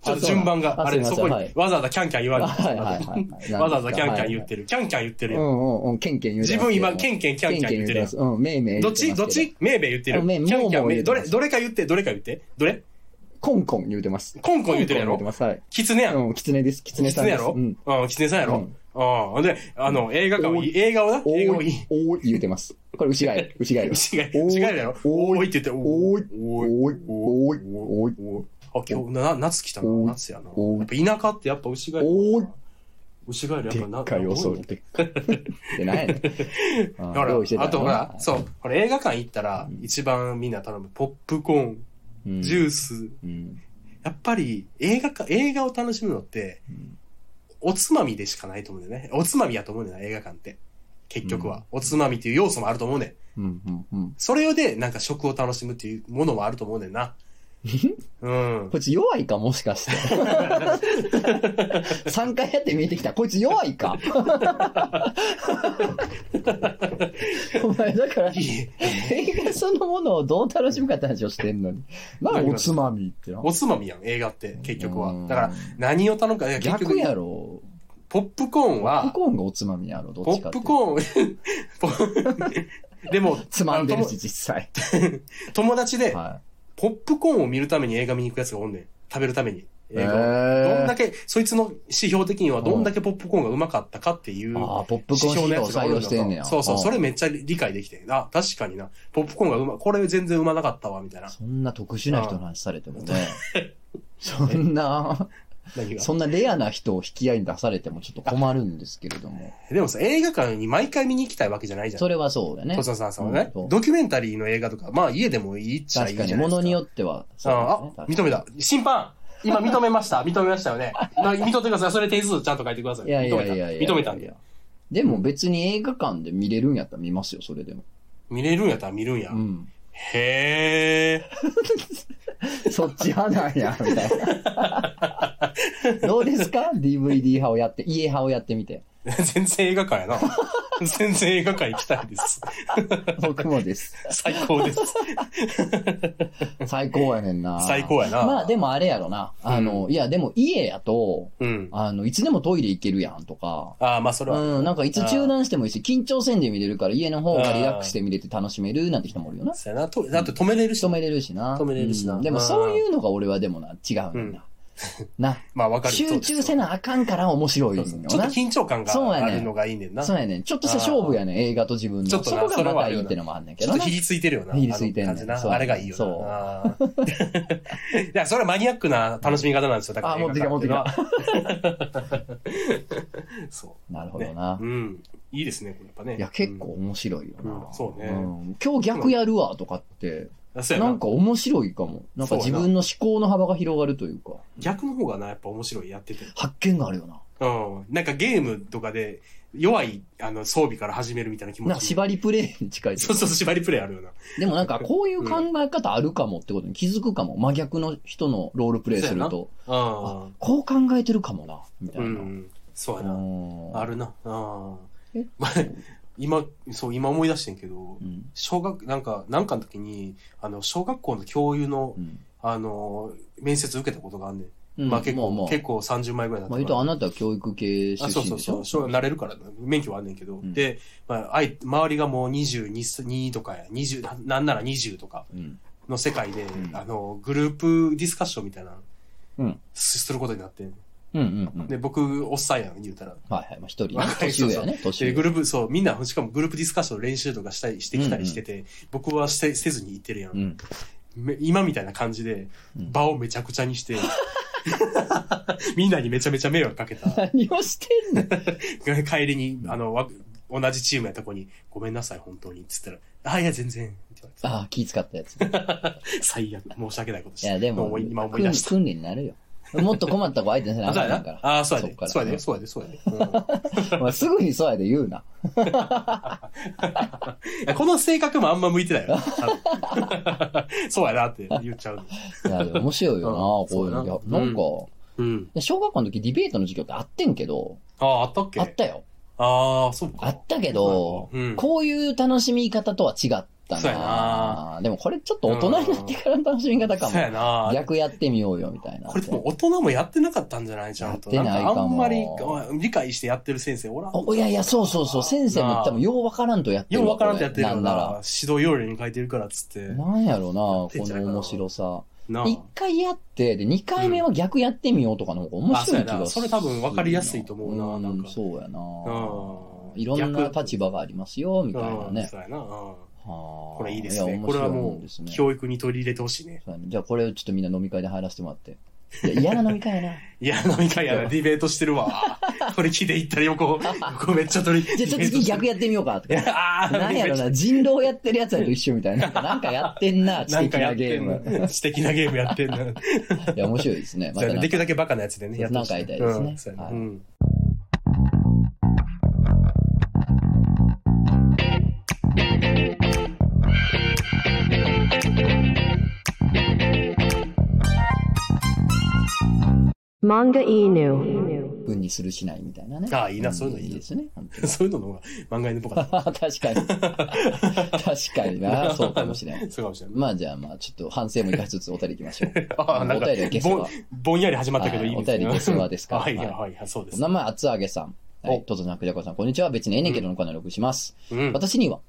ちょっとそうな順ん番あが、あれ、すいませそんこにはいわざわざキャンキャン言わあれてはいはいはい。わざわざキャンキャン言ってる。る。キャンキャン言ってるうやん。んうんうん、ケンケン言うて自ます分けど今、ケンケンキャンキャン言ってるやん。る。うん、めいめい言どってちますけどっちめいべい言ってある。キめいャンキャンもうもうめいど言うてれ、ますどれか言って、どれか言って。どれコンコン言うてます。コンコン言うてるやろコンコン言うてます。はい。キツネやん。うん、キツネです。キツネキさツんでネやす。ろうん。うん、キツネさんやろうん。ほんで、あの、映画館をいい、映画をな、お映画をーいいい、。おーい言うてます。これ、牛が い、牛がい。違う、おー違うやろ。おおーーいって言って、おーい、おおーーい。い、おーい、おーい、おーい。あ、今日、な、夏来たなおーい。夏やな。おーやっぱ田舎ってやっぱ牛ガエル。おーい。牛ガエルでやっぱな。っかい恐れ。で っかい。で、なんやねん。だあかー用意してら、たあとほら、はいそう、これ映画館行ったら、一番みんな頼む、ポップコーン、うんジュース。うんやっぱり、映画か、映画を楽しむのってん、おつまみでしかないと思うんだよね。おつまみやと思うんだよな、映画館って。結局は。おつまみっていう要素もあると思うねん。うん、うん、うん。それで、なんか食を楽しむっていうものもあると思うねんな。うん。こいつ弱いかもしか して。3回やって見えてきた。こいつ弱い かお前、だから、映画そのものをどう楽しむかって話をしてんのに。なんかおつまみってな。おつまみやん、映画って、結局うはん。だから、何を頼むか、いや結逆局、やろ。ポップコーンポップは、コーンがおつまみやろ、どポっちかッっていプうと。コーン、ポ でも、つまんでるあし、の実際。友友達で、はポップコーンを見るために映画見に行くやつがおんねん。食べるために。い。映画をえーどんだけ、そいつの指標的にはどんだけポップコーンがうまかったかっていうああ、ポップ指コーンシ標ートのやをつが採おる用んしだてんねや。そうそう、んそれめっちゃ理解できて。あ、確かにな。ポップコーンがうま、これ全然うまなかったわ、みたいな。そんな特殊な人の話されてもね。そんな、何がそんなレアな人を引き合いに出されてもちょっと困るんですけれども。でもさ、映画館に毎回見に行きたいわけじゃないじゃん。それはそうだね小。沢さんさんはね、うんドキュメンタリーの映画とか、まあ家でもいいっちゃいい確じゃかに、ないですか。ものによってはそうあで、すね。あ、認めた。審判今認めました。認めました よね。な認めてください。それ点数ちゃんと書いてください。いやいや認めた。いやいや。認めたんいでや。でも別に映画館で見れるんやったら見ますよ、それでも。見れるんやったら見るんや。うん。へー。そっち派なんや、みたいな。どうですか ?DVD 派をやって、家派をやってみて。全然映画館 やな。全然映画館行きたいです。僕もです。最高です。最高やねんな。最高やな。まあでもあれやろな。あの、いやでも家やと、うん。あの、いつでもトイレ行けるやんとか、ああ、まあそれは。うん、なんかいつ中断してもいいし、緊張せんで見れるから家の方がリラックスして見れて楽しめるなんて人もおるよな。そうやな。とだって止めれるし止。めれるしな。止めれるしなうんでもそういうのが俺はでもな、違うねんだな。ま あわかな、る。集中せなあかんから面白いそんうそうよちょっとな。緊張感がそうやねあるのがいいねんな。そうやねん。ちょっとした勝負やねん、映画と自分の。ちょそっとなこがそれまはたあいるいよっなてのもあんねんけちょどっなと。ひりついてるよな。ひりついてんねんあの感じなそうあれがいいよな。そうあーいや、それはマニアックな楽しみ方なんですよ。だからあ、持ってきた、持ってきた。そなるう。ほねどなう。ん。いいですね、これやっぱね。いや、結構面白いよな。うんそうねん今日逆やるわ、とかって、うん。そうやななんか面白いかも。なんか自分の思考の幅が広がるというか、逆の方がな、やっぱ面白い、やってて。発見があるよな。うん。なんかゲームとかで、弱い、あの、装備から始めるみたいな気持なんかち。縛りプレイに近いというかそうそう、縛りプレイあるよな。でもなんかこういう考え方あるかもってことに気づくかも。真逆の人のロールプレイすると、うん。こう考えてるかもな、みたいうな。ん。そうやうな。んあ。るな。うんえ。まあ今、そう、今思い出してんけどう、ん小学、なんか、なんかの時に、あの、小学校の教諭のう、んあの、面接受けたことがあんねん。うんまあ結まあま構、あ結構30枚ぐらいだっまあたか言うらとあなたは教育系出あそう身そでうしそょう、そうなれるからな、免許はあんねんけど、んで、まあ、あい周りがもう22 2とかや、20ななんなら20とかうんの世界で、んあの、グループディスカッションみたいな、うんすすることになってん、うんうんうん。で、僕、おっさんやん、言うたら。はいはい。まあ一人ね若い年上やね。年で、上。グループ、そう、みんな、しかもグループディスカッションの練習とかしたりしてきたりしてて、僕はしてせずに行ってるやん。うん。 め今みたいな感じで、うん場をめちゃくちゃにして、 みんなにめちゃめちゃ迷惑かけた。 何をしてんの帰りに、あの、わ同じチームやった子に、ごめんなさい、本当に。つったら、あ、いや、全然。って言わ ああ、気使ったやつ。いれて最悪。申し訳ないことして。や、でも、う今思い出訓した。訓練になるよ。もっと困った子相手にせなああ、そかうやんなやんから。。あー、そうやそっかで。らそうやで。そうやで。そうやで。 お前すぐにそうやで言うな。うんいやこの性格もあんま向いてないよな。多分 そうやなって言っちゃう。いや、でも面白いよな、こ うんういうの。いやそうやななんか、うん。小学校の時ディベートの授業ってあってんけど、ああ、あったっけあったよ。ああ、そうか。あったけど、うんこういう楽しみ方とは違ったそうやななでもこれちょっと大人になってからの楽しみ方かそうやも。な。逆やってみようよ、みたいな。これでも大人もやってなかったんじゃないちゃんと。やってないかもんあんまりあ理解してやってる先生おらんおいやいや、そうそうそう、先生も多分ようわからんとやってるようわからんとやってるなよんならな。。指導要領に書いてるからっつって。なんやろうなこてんじゃないのかな面白さ。なあ一回やって、で、二回目は逆やってみようとかの方が面あそう白いや気がすなる。それ多分分かりやすいと思うななんかそうやなうんいろんな逆立場がありますよ、みたいなうんね。そうやな。うんここれいいですね。これはもう、教育に取り入れてほしいね。じゃあこれをちょっとみんな飲み会で入らせてもらって。いや嫌な飲み会 やな。いや、飲み会やな、ディベートしてるわ。これ聞いていったら横、横めっちゃ取り。じゃあちょっと次逆やってみようかといか。 やあーなんやろな、人狼やってるやつらと一緒みたいな。なんかやってんな、知 なん的かやなっゲてーんム。な。素敵なゲームやってんな。いや、面白いです ね。まそたうやなねんできかるだけバカなやつでね、そうやってほしなんかやりたいですねうんそうやはないうん Manga Inu. 文にするしないみたいなね。ああいいなそういうのいいいないですね。本当にそういうのの方が漫画犬っぽかっ 確かに。確かにな。た。そうかもしれない。そうかもしれない。まあじゃあまあ、ちょっと反省も生かしつつお便り行きましょう。 あーなんかお便りはゲスぼトんは、ぼんやり始まったけどいいですはね。いお便りゲストはですか はいはいははいはい、そうでおす。名前、厚揚げさん。はおい。とぞなくじゃこさん、こんにちは。別にええねんけどのコーナー録します。うん。私には、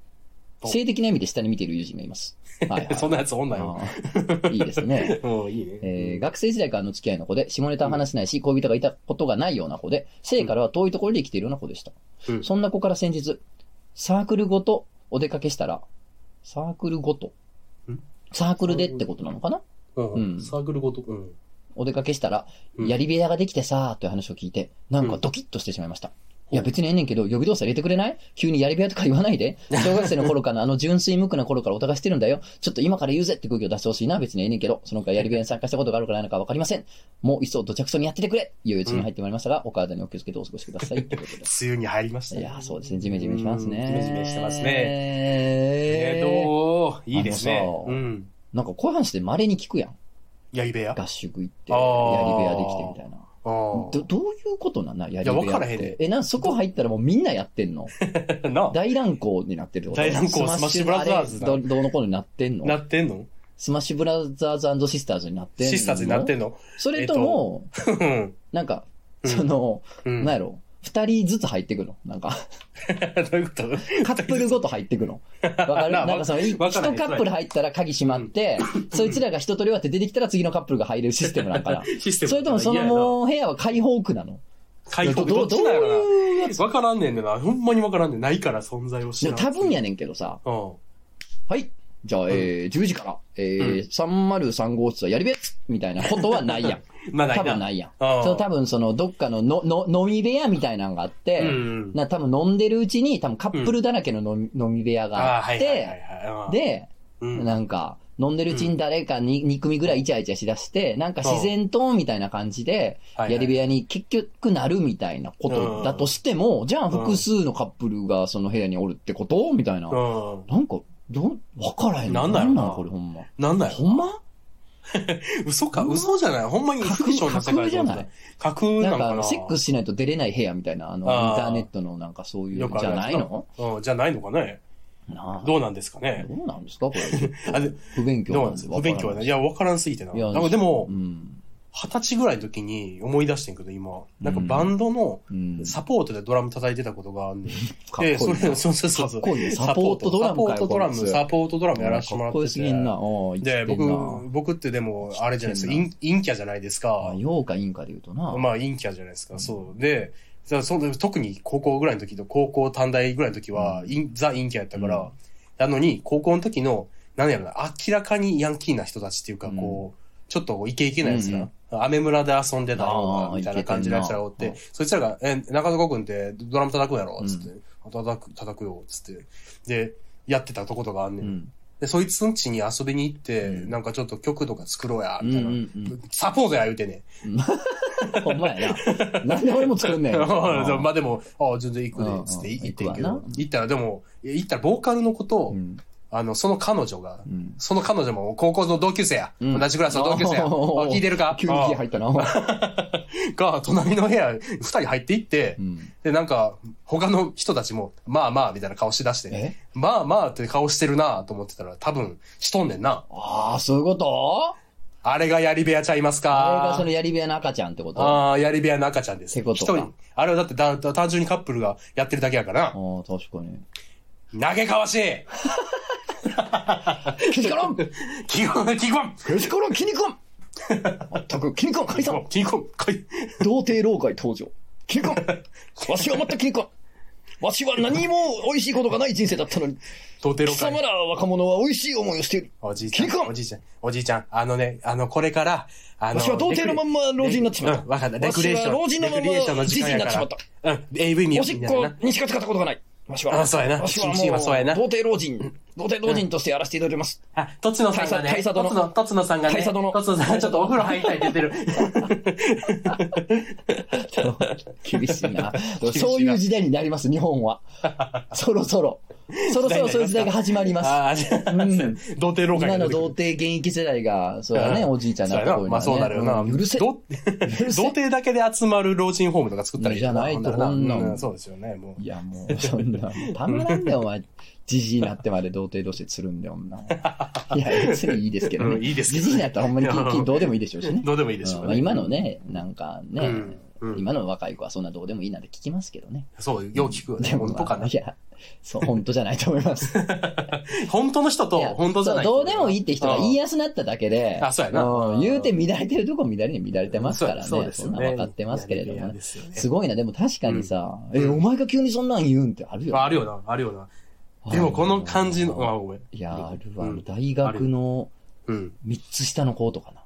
お性的な意味で下に見ている友人がいます。はい、はい。 そんなやつおんなよ。ああいいですね。うん、いいね。えー学生時代からの付き合いの子で、下ネタは話せないし、恋人がいたことがないような子で、生からは遠いところで生きているような子でした。うんそんな子から先日、サークルごとお出かけしたら、サークルごとんサークルでってことなのかなううんん。サークルごと。うん。お出かけしたら、うんやり部屋ができてさーという話を聞いて、なんかドキッとしてしまいました。いや別にええねんけど、呼び動作入れてくれない急にやり部屋とか言わない で。小学生の頃から、あの純粋無垢な頃からお互いしてるんだよ。ちょっと今から言うぜって空気を出してほしいな。別にええねんけど、その他やり部屋に参加したことがあるからないのかわかりません。もう一層どちゃくそにやっててくれいよいよ次に入ってまいりましたが、お体にお気をつけてお過ごしくだ さい。ということで梅雨に入りましたいね。やーそうですね、ジメジメしますね。うんジメジメしてますねええー、ーと、いいですあねの。さうん。なんかこういう話って稀に聞くやん。やり部屋合宿行って、あやーり部屋できてみたいな。あど、どういうことなんなやり部屋って。いやわからへんねえ、なん、そこ入ったらもうみんなやってんのあ。 な大乱行になってるってこと大乱行スマッシュブラザーズだあれどどうのこうのになってんなのってんのスマッシュブラザーズシスターズになってんのシスターズになってんんのそれとも、うん。 なんか、うんその、うんなんやろ、二人ずつ入ってくのなんか、どういうことカップルごと入ってくの。わかる ななあんかその、い一カわからへんップル入ったら鍵閉まって、そいつらが一人終わって出てきたら次のカップルが入れるシステムなん かな。システム。それともそのもう部屋は開放区なの解放どどっちなんやどうろな。わからんねんでな。ほんまにわからんねん。ないから存在を知でらもん。多分やねんけどさ、うん。はい。じゃあ、えー、10時から、えー、303号室はやりべっみたいなことはないやん。まあ ない多な。分ないやん。ああそう、多分その、どっかののの飲み部屋みたいなのがあって、うんうんな、多分飲んでるうちに、多分カップルだらけの飲み,、飲み部屋ああ、があはっいはいはいて、はい。うん、で、うん、なんか、飲んでるうちに誰かに2組ぐらいイチャイチャしだして、なんか自然とみたいな感じで、はやいはいり部屋に結局なるみたいなことだとしても、じゃあ複数のカップルがその部屋におるってことみたいな。うん。なんか、ど、わからへん。なんなんやろなこれほんま。なんだよ。ほんま嘘か、嘘じゃない。ほんまに架フィクションの世界空じゃない架空ななのんかか、なセックスしないと出れない部屋みたいな、あの、あーインターネットのなんかそういうよくのあじるゃやつないのうん、じゃないのかね。なあどどうなんですかね。うなんですかこれ。 あれ不勉強どうなんですか不勉強はね。いや、わからんすぎてな。いやなんかでもう、ん。二十歳ぐらいの時に思い出してんけど、今。なんかうんバンドのうん。サポートでドラム叩いてたことがあんねん。かっこいいで、な。それ、そうそうそうかそっう。こいいねサポートドラムかよサポートドラム、こいつサポートドラムやらせてもらかっってこて。よすぎんな。おいで、僕な、僕ってでも、あれじゃないですか、知ってん陰陰キャじゃないですまあか。陽か陰かで言うとな。まあ、陰キャじゃないですか。そう。で、じゃあその特に高校ぐらいの時と高校短大ぐらいの時は、陰ザ陰キャやったから、うんなのに、高校の時の、なんやろな、明らかにヤンキーな人たちっていうか、こう、ちょっとイケイケなやつうらん、アメ村で遊んでたよあーうなみたいな感じのやつらおっイケててん、そいつらが、え、中野君ってドラム叩くんやろつって、叩く、叩くよ、つって。で、やってたとことがあんね。うんん。で、そいつんちに遊びに行って、うんなんかちょっと曲とか作ろうや、うみんたういな。んサポートや、言うてね。うん。ほんまやな。なんで俺も作ん ねん。まあでも、ああ、全然行くうんうねん、つって行ってん行けくわどな。行ったらでも、行ったらボーカルの子と、うんあの、その彼女がう、んその彼女も高校の同級生や。うん同じクラスの同級生や。あ おー聞いてるか急に気入ったな。うあが、隣の部屋、二人入っていって、んで、なんか、他の人たちも、まあまあ、みたいな顔しだして、えまあまあって顔してるなと思ってたら、多分、しとんねんな。ああ、そういうことあれがやり部屋ちゃいますあれがかそのやり部屋の赤ちゃんってことあああ、やり部屋の赤ちゃんです。ってこと一か人。あれはだってだだ単純にカップルがやってるだけやからあ、ー、確かに。投げかわしいキニコロンキンコン、キンコンキニコロンキニコンまったく、キニコン解散キンコン、かい童貞老害登場。キニコンわしは全くキニコンわしは何も美味しいことがない人生だったのに、童貞貴ロ様会。ら若者は美味しい思いをしている。おじいちゃキンコん、ンおじいちゃん、おじいちゃん、あのね、あの、これから、あの、わしは童貞のまんま老人になってしまったうんわかった。レクレーわしション。は老人のままレクリエーションの時間やからじじいになってし。うん、AV 見よおしうっみたいこな。にしか使ったことがない。わしは。あそうやなわしはもう、チンチンはそうやな童貞老人、童貞老人としてやらせていただきます。あ、とつのさんがね、大佐大佐と殿つの、とつのさんがね、大佐殿とつのさんがちょっとお風呂入りたいって言ってる。 厳しいな厳しいな。そういう時代になります、日本は。そろそろ。そろそろそういう時代が始まります。ああ、じゃあ、うん童貞老会今がの出てく童る貞現役世代が、そうだね、うんおじいちゃんになったそうや頃にまはねあそうなるよな。んうるせえ。 ど童貞だけで集まる老人ホームとか作ったらいいよなじゃないとほんならなこんなんうんそうですよね、もうい。や、もう、そんな、たまらんだよ、お前。じじいになってまで童貞同士でするんだよ、女。いや、別にいいですけどうんね。いいですけじどじねいになったらほんまにピンピンどうでもいいでしょうしね。どうでもいいでしょううんねまあ今のね、なんかね、うんうん今の若い子はそんなどうでもいいなんて聞きますけどね。そう、よう聞くよね。まあ。本当かないや、そう、本当じゃないと思います。本当の人といや本当じゃない人。そうどうでもいいって人が言いややすなっただけで、あそうやなん言うて乱れてるとこ乱れに乱れてますからね。そうですよね。んなん分かってますけれどいやもいやいやねで。すよねすごいな、でも確かにさ、うんえ、お前が急にそんなん言うんってあるよね。あるよな、あるよな。でもこの感じの、あ、ごめん。いや、あるわ、うん大学のうん。 3つ下の子とかな。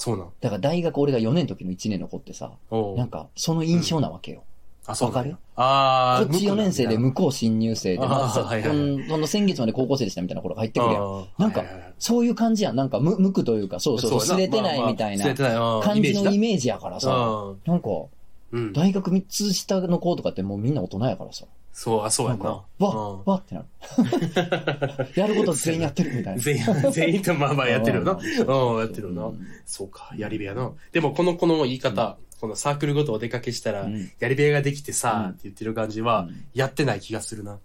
そうなん。だから大学、俺が4年の時の1年の子ってさ、おうなんか、その印象なわけよ。あ、そうなんやわかああ、こっち4年生で向こう新入生で、あーまずさ、はいはいはいうんその先月まで高校生でしたみたいな頃が入ってくるやん。あーなんかはいはいはい、そういう感じやん。なんか、む、無垢というか、そうそう、や擦なれてないみたいなまあまあ擦れ感てないじうんのイメージやからさ、うんなんか、うん。大学3つ下の子とかってもうみんな大人やからさ、そう、あ、そうなやんかな、。わ、わってな る。やること全員やってるみたういんな。全員、全員とまあまあやってるよな。うんうん、やってるよな。うんそうか、やり部屋な。でも、この、この言い方、このサークルごとお出かけしたら、うんやり部屋ができてさ、うんって言ってる感じは、うんやってない気がするな。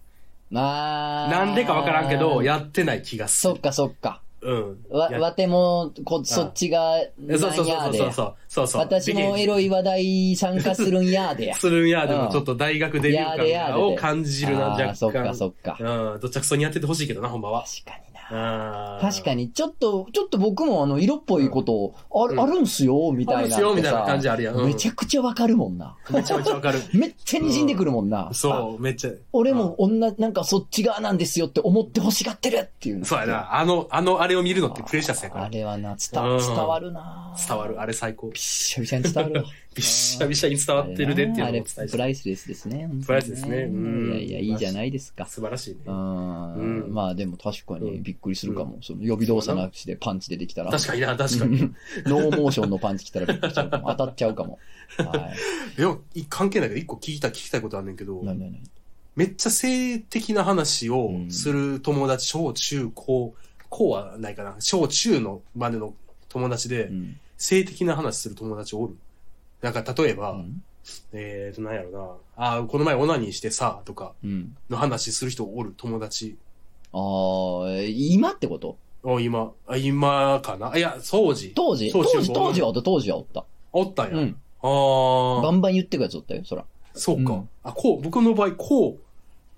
まあ。なんでかわからんけど、やってない気がすそっる。かそっか。うん。わ、やわても、こ、そっちが、そうそうなそんやうでそうや。そう。そうそう。私もエロい話題参加するんや でや。するんやでうも、んちょっと大学デビュやでーや感ででを感じるな、あー若干。そっかそっかうん、どっちゃくそにやっててほしいけどな、ほんまは。確かにな。確確かに、ちょっと、ちょっと僕もあの、色っぽいことを、ある、うんあるんすよ、みたいなのってさ。あるんすよみたいな感じあるやんうんめちゃくちゃわかるもんな。めちゃめちゃわかる。めっちゃ滲んでくるもんな。あそう、めっちゃ。俺も女、なんかそっち側なんですよって思って欲しがってるっていうの。そうやな。あの、あの、あれを見るのってプレシャスやかあら。れはな、伝わうん伝わるな。伝わる。あれ最高。びっしゃびしゃに伝わるわ。びっしゃびしゃに 伝わってるでっていうのをあおれ伝なあえれしプた。ライスレスですね。プライスですねうんいやいや、いいじゃないですか。素晴らしいねう。んうんまあでも確かにびっくりするかも。その予備動作なしでパンチ出てきたら。確かにな、確かに。ノーモーションのパンチ来たらびっくりしちゃうか も。当たっちゃうかも。はいや、い関係ないけど、一個聞きたい、聞きたいことあんねんけどい。、なんだよねめっちゃ性的な話をする友達、小中高、高はないかな。小中のまでの友達でう、ん性的な話する友達おるなんか、例えば、うんえーと、なんやろな。あーこの前オナニーしてさ、とか、うん。の話する人おる友達。ああ、今ってことお、今、あ今かないや、当時。当時当小中時、高当時はおった、当時はおった。おったんや。うん。あバあ、ンバン言ってくやつおったよ、そら。そうか、うんあ、こう、僕の場合、こう、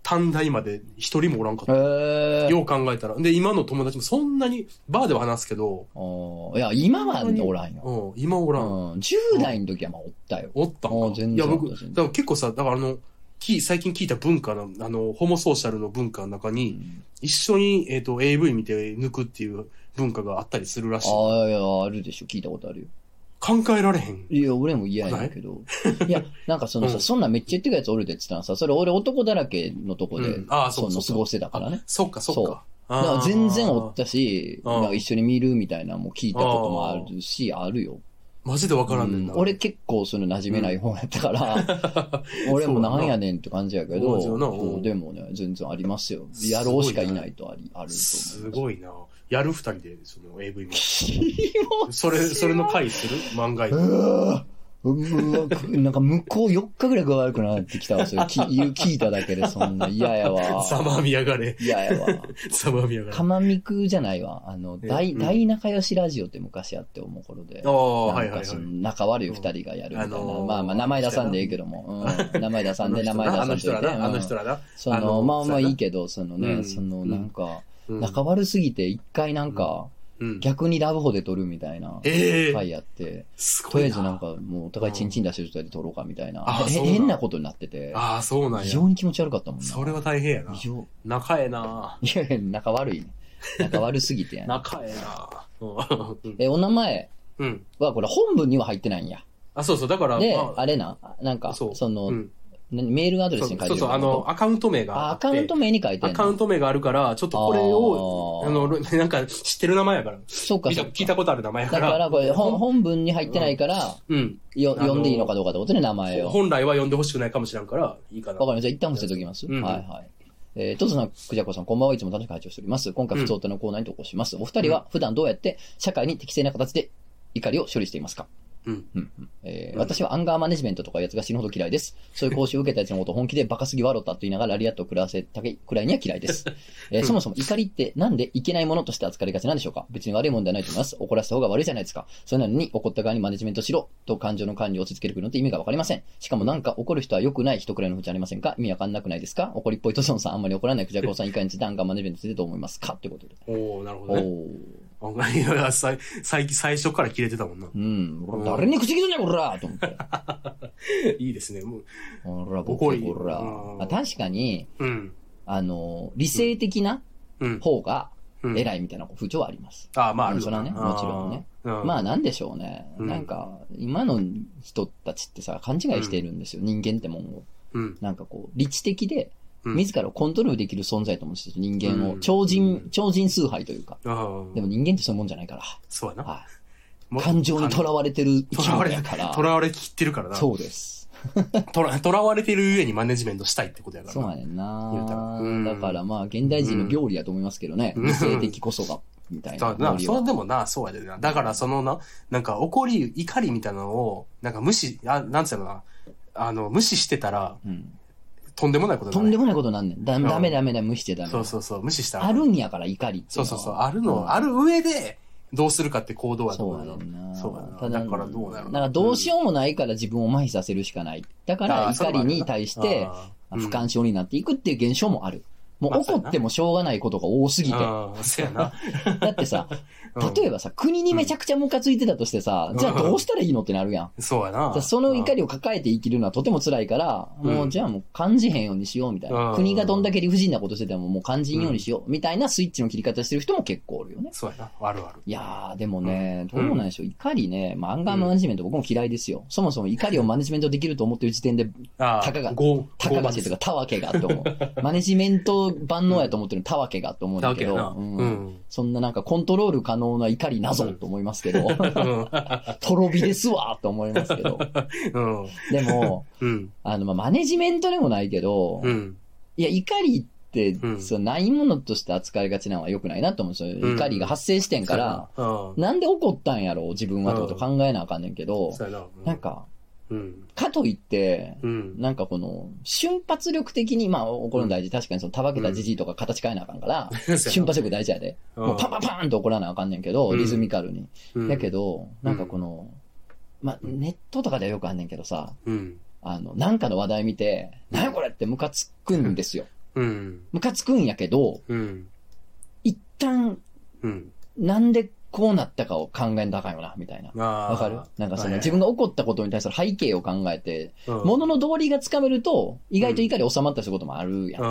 短大まで一人もおらんかった。へえ。よう考えたら。で、今の友達もそんなに、バーでは話すけど、あーいや、今はおらんよ。うん、今おうらん。ん。10代の時はまあおったよ。おったんあー全か。然いや、僕、全だ然から結構さ、だからあの、き最近聞いた文化の、あの、ホモソーシャルの文化の中に、一緒に、えっ、と、AV 見て抜くっていう文化があったりするらしい。ああ、いや、あるでしょ。聞いたことあるよ。考えられへん。いや、俺も嫌やねんけど。いや、なんかそのうさ、んそんなんめっちゃ言ってくやつおるでって言ったらさ、それ俺男だらけのとこでうん、あーそうそそのうそ過うごしてたからね。そっかそっか。だからあー全然おったし、あーなんか一緒に見るみたいなのも聞いたこともあるし、あるよ。マジでわからんねんな。うん俺結構その馴染めない方やったから、俺もなんやねんって感じやけど、そうやなうんそうでもね、全然ありますよ。やろうしかいないとあり、あると思う。すごいな。やる二人で、その AV も。キモそれ、それの回する漫画うやわうわなんか向こう4日ぐらい具合悪くなってきたわ、それき言う聞いただけでそんな嫌やわ。ざまみやがれ。嫌やわ。ざまみやがれ。かあまみくじゃないわ。あの、え大、うん大仲良しラジオって昔あって思う頃で。あー、はないんはいはかいその。仲悪い二人がやるみたいな。うんあのーまあまあ、名前出さんでええけど も。うん、名前出さんで、名前出あさのんでえ人えらけど。な、あの人らな。その、あのまあそうまあやないいけど、そのね、うんその、なんか、うん仲悪すぎて一回なんか、うん逆にラブホで撮るみたいなええ回やって、すとごいりあな。えずなんかもうお互いチンチン出してる状態で撮ろうかみたいなあ。へそうなん変なことになってて、ああ、そうなん非や常。に気持ち悪かったもんな。それは大変やな非。常仲ええな。いやいや、仲悪いね。仲悪すぎてやな。仲ええ な。うんえ、お名前うん。はこれ本文には入ってないんや。あ、そうそう、だから、で、まああれな、なんか、そうその、うん何メールアドレスそにう書いてるそうそう、あの、アカウント名がああアって。カウント名に書いてアるカウント名があるから、ちょっとこれを、あーあの、なんか知ってる名前やから。そうか見たそうか聞いたことある名前やかだら。からこれ本本文に入ってないから、うん。よあの読んでいいのかどうかってことね、名前を。わか本来は呼んでほしくないかもしれんから、いいかな。りました。一旦伏せときます。うんはいはい。えー、とつさん、くじゃこさん、こんばんはいつも楽しく拝聴しております。今回、普通歌のコーナーに投稿します。お二人は普段どうやって社会に適正な形で怒りを処理していますかうん。うんうんえーうん私はアンガーマネジメントとかいうやつが死ぬほど嫌いです。そういう講習を受けたやつのことを本気でバカすぎ笑ったと言いながらラリアットを食らわせたくらいには嫌いです。えーそもそも怒りってなんでいけないものとして扱いがちなんでしょうか別に悪いもんではないと思います。怒らせた方が悪いじゃないですか。それなのに怒った側にマネジメントしろと感情の管理を落ち着けるのって意味がわかりません。しかもなんか怒る人は良くない人くらいの風じゃありませんか意味わかんなくないですか怒りっぽいトソンさんあんまり怒らないクジャコウさん以下についてアンガーマネジメントについてどう思いますかってことで。おおなるほおどね。ー。あいやいや最最最初から切れてたもんなう。ん。俺誰に口利いてんねん、こらと思って。いいですね。もうほら、怒僕りほらうん。あ確かに、うん。あの、理性的なうん。方がうん、偉いみたいな風潮はあります。ああ、まあ、あうんるそれはねああもちろんね。うんまあなんでしょうね。うんなんか、今の人たちってさ、勘違いしてるんですよ。人間ってもんを。うん。なんかこう、理知的で、うん自らをコントロールできる存在と思ってた人間うを、ん超う人ん、超人崇拝というか。ああ。でも人間ってそういうもんじゃないから。そうやな。はもい。う感情にとらわれてる生き囚わ物れやから。とらわれきってるからな。そうです。とら、とらわれてるゆえにマネジメントしたいってことやからな。そうやねん言うたらなうんだからまあ、現代人の病理やと思いますけどね。うん理性的こそが、みたいなだ。な、病理はそうでもな、そうやでな。だから、そのな、なんか怒り、怒りみたいなのを、なんか無視、あなんつうのかな、あの、無視してたら、うんとんでもないこととにんなでる。もないことなんねん。だんダメダメだ、無視しちゃダメ。そうそうそう、無視したら。あるんやから、怒りっていそうのは。うそうそう、あるの、ある上で、どうするかって行動やとそ思うやねんな。そうやたな。だからどうなるんかどうしようもないから自分を麻痺させるしかない。だからあーそう怒なんだりに対してあーうん不干渉になっていくっていう現象もある。もまうあそう怒やなってもしょうがないことが多すぎて。ああ、そうやな。だってさ、うん例えばさ、国にめちゃくちゃムカついてたとしてさ、うんじゃあどうしたらいいのってなるやん。そうやだかな。らその怒りを抱えて生きるのはとても辛いから、うんもうじゃあもう感じへんようにしようみたいな。うん国がどんだけ理不尽なことしててももう感じんようにしようみたいなスイッチの切り方してる人も結構おるよね。そうやな。あるある。いやー、でもね、どううんなんでしょう。怒りね、まあ、アンガーマネジメント僕も嫌いですよ。そもそも怒りをマネジメントできると思ってる時点で、ああ、たかがご、たかがしとか、たわけがと思 う。マネジメント万能やと思ってるのたわけがと思うんただわけけやな。ど、ううんん。うん。そんななんかコントロール可能な怒りなぞと思いますけ ど、とろ火ですわーと思いますけど。うん。でも、うん。あの、まあ、マネジメントでもないけど、うん。いや、怒りって、うんそのないものとして扱いがちなのは良くないなと思うんですよ。うん怒りが発生してんから、そうやな、うん。なんで怒ったんやろう自分はってこと考えなあかんねんけど、そうやな。うなん、か、うん。かといって、うん。なんかこの、瞬発力的に、まあ、怒るの大事。確かにその、たわけたじじいとか形変えなあかんから、瞬発力大事やで。もうパンパンパーンと怒らなあかんねんけど、うんリズミカルに。ンやけ、ど、うんなんかこの、まあ、ネットとかではよくあんねんけどさ、うん。あの、なんかの話題見て、なやこれってムカつくんですよ。うん。ムカつくんやけど、うん。一旦、うん。なんでこうなったかを考えんだかんよな、みたいな。わわかるなんかそはいのはい自分が起こったことに対する背景を考えて、も物の道理がつかめると、意外と怒り収まったりすることもあるやん。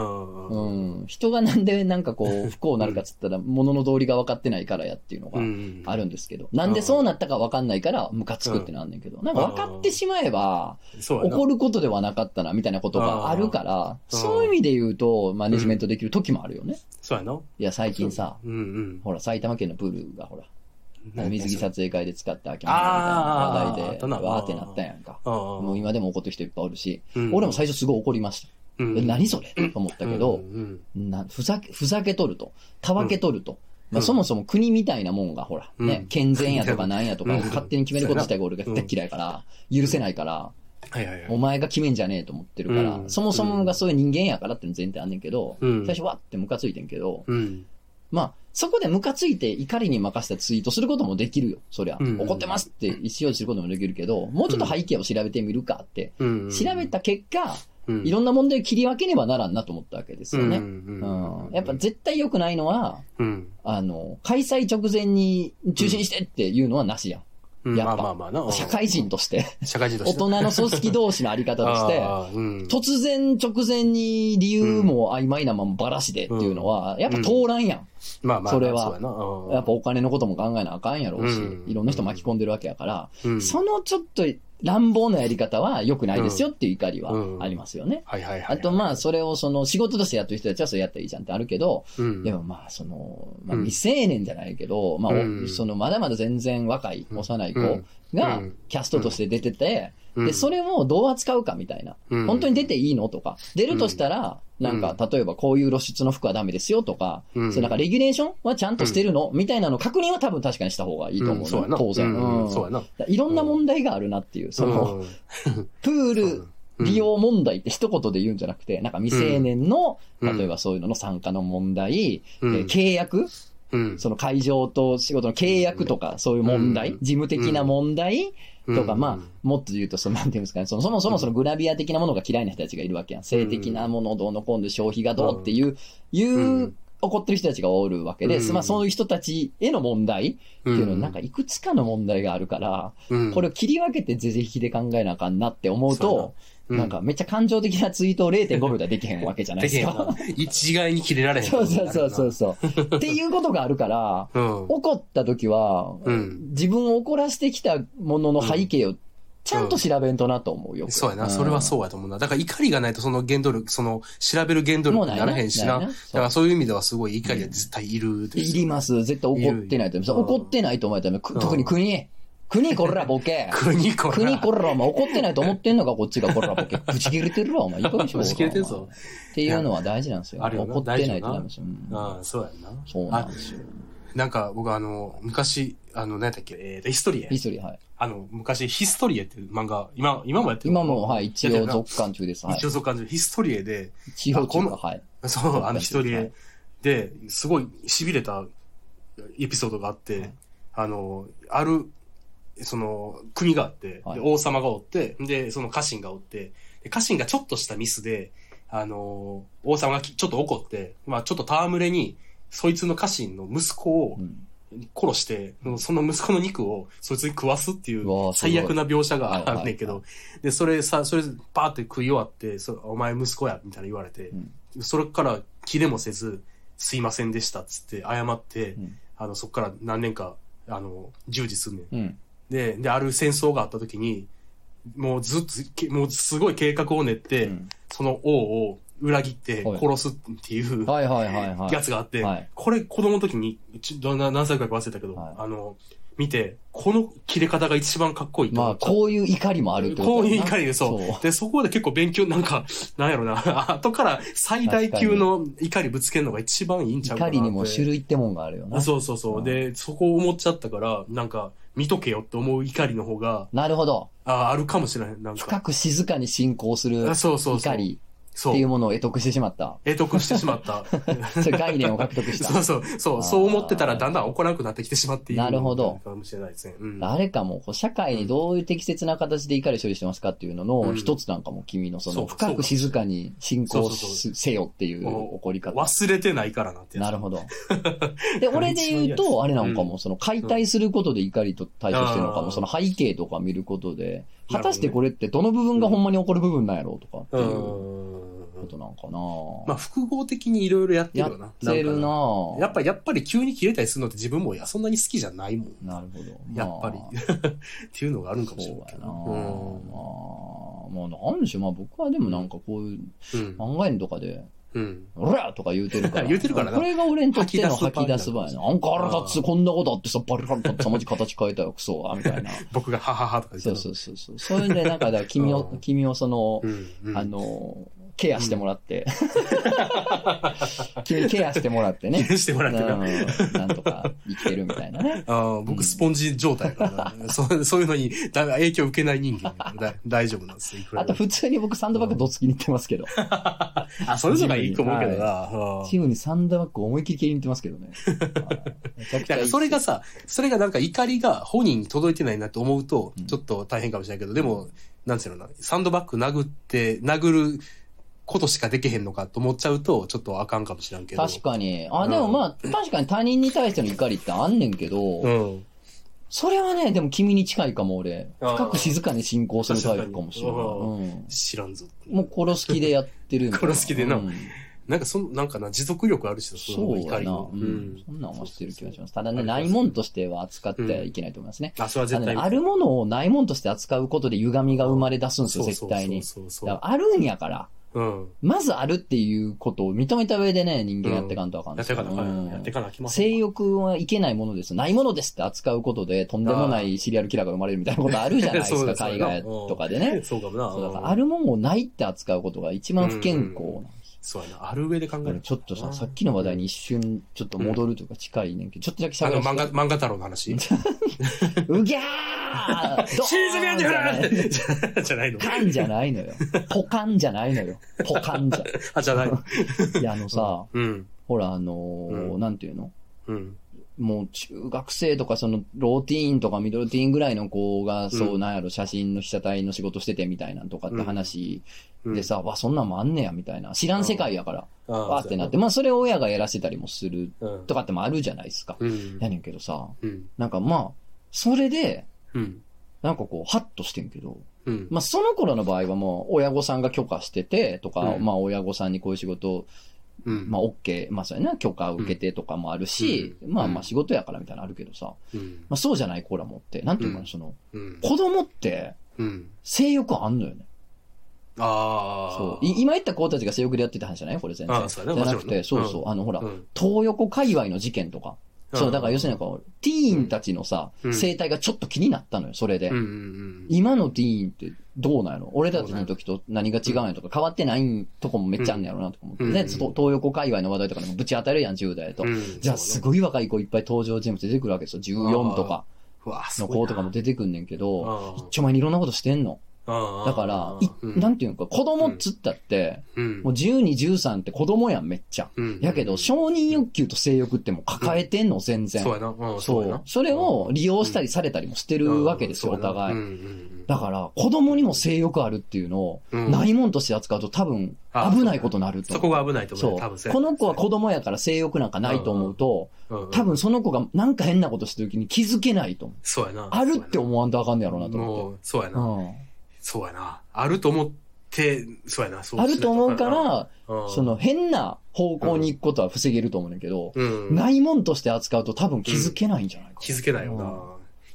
ううん。人がなんでなんかこ う、不幸になるかっつったら、物の道理が分かってないからやっていうのがん。あるんですけど、なんでそうなったか分かんないから、ムカつくってなんねんけど、なんか分かってしまえば、そうやな怒ることではなかったな、みたいなことがあるから、うんそういう意味で言うと、マネジメントできる時もあるよね。そうやな。いや、最近さ、うんうん。ほら、埼玉県のプールがほら、水着撮影会で使って秋あーみたいな話題あったなで、わーってなったやんか。ああ。もう今でも怒ってる人いっぱいおるし、うん俺も最初すごい怒りました。うんえ何それと思ったけどう、んなふざけ、ふざけとると、たわけとると。まあ、うんそもそも国みたいなもんがほら、うんね、健全やとかなんやとかうをん勝手に決めること自体が俺が大っ嫌いから、許せないから、はいはいはおい。前が決めんじゃねえと思ってるからう、んそもそもがそういう人間やからっていう前提あんねんけど、うん最初わってムカついてんけど、うん。まあ、そこでムカついて怒りに任せたツイートすることもできるよ、そりゃ。うん怒ってますって意思表示することもできるけど、もうちょっと背景を調べてみるかって、うん。調べた結果、うん、いろんな問題を切り分けねばならんなと思ったわけですよね。うんうんやっぱ絶対良くないのは、うん。あの、開催直前に中止にしてっていうのはなしやん。うんやっぱまあまあまあな。社会人として、社会人と大して。人の組織同士のあり方として、ああうん突然直前に理由も曖昧なままばらしでっていうのは、やっぱ通らんやん。まあまあ、それはうやなうんやっぱお金のことも考えなあかんやろうし、うんいろんな人巻き込んでるわけやから、うんそのちょっと乱暴なやり方は良くないですよっていう怒りはありますよね。はいはいはあい。とまあそれをその仕事としてやってる人たちはそれやったらいいじゃんってあるけど、うん、でもまあその、まあ、うん未成年じゃないけど、まあおうんそのまだまだ全然若い幼い子うんがうんキャストとして出てて、うんで、それをどう扱うかみたいな。うん本当に出ていいのとか、出るとしたら、なんか、例えばこういう露出の服はダメですよとか、うんそのなんかレギュレーションはちゃんとしてるの、みたいなの確認は多分確かにした方がいいと思うの、んそうやな。当然、うんうんそうやな。だいろんな問題があるなっていう、その、うんプール、うん利用問題って一言で言うんじゃなくて、なんか未成年の、うん例えばそういうのの参加の問題、うんえー契約、うんその会場と仕事の契約とか、そういう問題、うん事務的な問題うんとか、うん、まあ、もっと言うと、その、なんていうんですかね、その、そもそもそのグラビア的なものが嫌いな人たちがいるわけやん。性的なものをどうのこうの消費がどうっていう、いううん怒ってる人たちがおるわけで、うんまあ、そういう人たちへの問題っていうの、なんかいくつかの問題があるから、うんこれを切り分けて是々非で考えなあかんなって思うと、そうやなうんなんかめっちゃ感情的なツイートを0.5秒ではできへんわけじゃないでですきへんよかな。一概に切れられへん。そうそうそうそうそう。っていうことがあるから、うん。怒った時は、うん自分を怒らせてきたものの背景をちゃんと調べんとなと思うよ。そうやな、それはうそうやと思うな。だから怒りがないとその原動力、その調べる原動もうな力にいなならへんしな。ないなだそうからそういう意味ではすごい怒りは絶対いるん。でいす。ります。絶対怒ってないと思います。いるいる怒ってないと思えたら、く特に国。国こらボケ。 国こら。国 こらお前怒ってないと思ってんのか、こっちがこらボケ。ぶち切れてるわ、お前。いい加減にしろぶち切れてるぞお前っていうのは大事なんですよ。あるよな怒ってないとダメですよ。うんああ、そうやんな。そうなんですよ。なんか僕あの、昔、あの、何やったっけ、えーと、ヒストリエヒ。ストリー、はい。あの、昔、ヒストリエっていう漫画、今、今もやってる今も、はい、一やっ応てるな続刊中です。はい一。応続刊中、ヒストリエで、一応あこ中のか、はい。そう、あの、ヒストリはいエで、すごい痺れたエピソードがあって、あの、ある、その、国があって、ではい王様がおって、で、その家臣がおって、で家臣がちょっとしたミスで、あの、王様がきちょっと怒って、まあちょっと戯れに、そいつの家臣の息子をうん殺して、その息子の肉をそいつに食わすっていうわうーすごい最悪な描写がはいあんねんけど、で、それさ、それパーって食い終わって、そお前息子や、みたいな言われて、それから切れもせず、すいませんでしたっつって謝って、んあの、そっから何年か、あの、従事すんねん。うん。で、で、ある戦争があった時に、もうずっとけ、もうすごい計画を練って、うんその王を裏切ってはい殺すっていう、はいはいはいはい。やつがあって、はいこれ子供の時に、ちどんな何歳か忘れたけど、はいあの、見て、この切れ方が一番かっこいいとま思あ、った。こういう怒りもあるってことこうだいなう怒りで、そうで、そこで結構勉強、なんか、なんやろな、 後から最大級の怒りぶつけるのが一番いいんちゃうか怒なって。りにも種類ってもんがあるよな。そうそうそう。で、そこを思っちゃったから、なんか、見とけよって思う怒りの方が、なるほど。ああるかもしれない。なん深か。く静かに進行するあそうそうそう怒り。そっていうう。ものを得得してしまった。得得してしま った。そういう概念を獲得しそうた。そう、そあーう、そう思ってたらだんだん怒らなくなってきてしまっている。なるほどかもしれないですね。うん。あれかも、こう社会にどういう適切な形で怒り処理してますかっていうのうのん一つなんかも君のそそのう深く静かに進行そうそうしせよっていう怒り方。忘れてないからなってやつなるほ ど。で、俺で言うと、あれなんかも、その解体することで怒りと対処してるのかうも、んその背景とか見ることで、果なるほどねたしてこれってどの部分がほんまに起こる部分なんやろうとかっていううこん。となんかまなあ、複合的にいろいろやってるやよな。ってるんかななやっぱ、やっぱり急に切れたりするのって自分もいやそんなに好きじゃないもん。なるほど。やっぱり。まあっていうのがあるんかもしそれうないけやどな、な。まあ、まあ、なんでしょう。まあ僕はでもなんかこういう、うん。漫画園とかで、うん。おらとか言うてるから。 言うてるからなこれが俺にとっての吐吐きき出出すす場場合合やなな。なんか腹立つ、あこんなことあってさ、バリバリ立つ、まじ形変えたよ、クソが、みたいな。僕がはははとか言ってそうたそうそうそう。そういうんで、なんか、だから君をう、ん君をその、うんうん。あの、ケアしてもらって。君ケアしてもらってね。 してもらってな。うんなんとか生きてるみたいなね。ああ、僕スポンジ状態だから、 ねそう、そういうのにだ影響受けない人間だからだ大丈夫なんですよ。いくらあでと普も通に僕サンドバッグどつきに行ってますけど。あ、そういうのがいいと思うけどな。うんチームにサンドバッグ思いっきり蹴りに行ってますけどね。はいめちゃくちだゃかいいらそれがさ、それがなんか怒りが本人に届いてないなって思うと、ちょっと大変かもしれないけど、でも、なんていうのかな、サンドバッグ殴って、殴ることしかできへんのかと思っちゃうと、ちょっとあかんかもしらんけど。確かに。あ、うんでもまあ、確かに他人に対しての怒りってあんねんけど、うん。それはね、でも君に近いかも俺。あー深く静かに進行するタイプかもしれない。確かにうん知らんぞ。もう殺す気でやってるみたいな。殺す気でなうんなんかその、なんかな、持続力あるし、のそうやな。のううんん。そんなんはしてる気がします。ただあね、りがなとうございますいもんとしては扱ってはいけないと思いますね。あ、それはあ絶対のねあるものをないもんとして扱うことで歪みが生まれ出すんですよ、そう絶対に。そうそうだそからうあるんやから、そう。うん。まずあるっていうことを認めた上でね、人間やってかんとあかんやでっすてよかなあかんうよんやってかなあきません性欲はいけないものです。ないものですって扱うことで、とんでもないシリアルキラーが生まれるみたいなことあるじゃないで そすうか、だそう海だ外とかでうねん。そうかもな。そうだからあるもんをないって扱うことが一番不健康なんです。そうやな。ある上で考え俺る。ちょっとさ、さっきの話題に一瞬ちょっと戻るというか近いねんけど、ちょっとだけあ喋の、る。漫画、漫画太郎の話シうぎゃ ーシーズビアンデューじゃないの。カンじゃないの よ。ポカンじゃないのよ。ポカンじゃ。あ、じゃないの。いや、あのさ、うん。ほら、あのーうんなんていうのうん。もう中学生とか、その、ローティーンとかミドルティーンぐらいの子が、そう、うんなんやろ、写真の被写体の仕事しててみたいなんとかって話うんで、さ、わ、そんなんもあんねや、みたいな。知らん世界やから、わあーってなって。。まあ、それを親がやらせたりもするそうやなうんとかってもあるじゃないですか。うん。やねんけどさ、うん。なんかまあ、それで、うん。なんかこう、ハッとしてんけど、うん。まあ、その頃の場合はもう、親御さんが許可してて、とか、うんまあ、親御さんにこういう仕事を、うん。まあ、OK、まあ、そうやな、許可を受けてとかもあるし、うんまあ、うんまあ、仕事やからみたいなのあるけどさ、うん。まあ、そうじゃない子らもって、なんていうのかうな、んその、うん。子供って、うん。性欲あんのよね。ああ。そう。い今言った子たちが性欲でやってた話じゃないこれ全あ然。あじそゃうやねなくて、もちそろんうねそう、あの、ほらう、ん東横界隈の事件とか。そう、だから要するにここう、ティーンたちのさう、ん生態がちょっと気になったのよ、それでうん。うんうん。今のティーンってどうなんやろ俺たちの時と何が違うんやとか変わってないとこもめっちゃあんねやろなとか思って、うんね、うんと東横界隈の話題とかでもぶち当たるやん、10代と。うんじゃあすい。ごい若い子いっぱい登場人物出てくるわけですよ。14とかうわ、すのごい子な。とかも出てくんねんけど、あ一丁前にいろんなことしてんの。あ。だから、いうんなんていうのか、子供っつったって、うん。もう12、13って子供やん、めっちゃ。うんやけど、承認欲求と性欲ってもう抱えてんの、全然そう。やな。うんそううや。それを利用したりされたりもしてなるわけですよ、うおんそうやな互いうん。うんだから、子供にも性欲あるっていうのを、うんないもんとして扱うと多分、あ危ないことになると。そこが危ないと思うそよ。多う分。この子は子供やから性欲なんかないと思うと、うん多分その子がなんか変なことしてる時に気づけないと思う。そうやな。あるって思わんとあかんねやろうなとも思う、そうやな。って。そうやな。あると思って、そうやな。うそん。うあると思うかしないら、とあかんな、その変な方向に行くことは防げると思うねんだけど、うん、うん。ないもんとして扱うと多分気づけないんじゃないかな。気づけないよな。ういん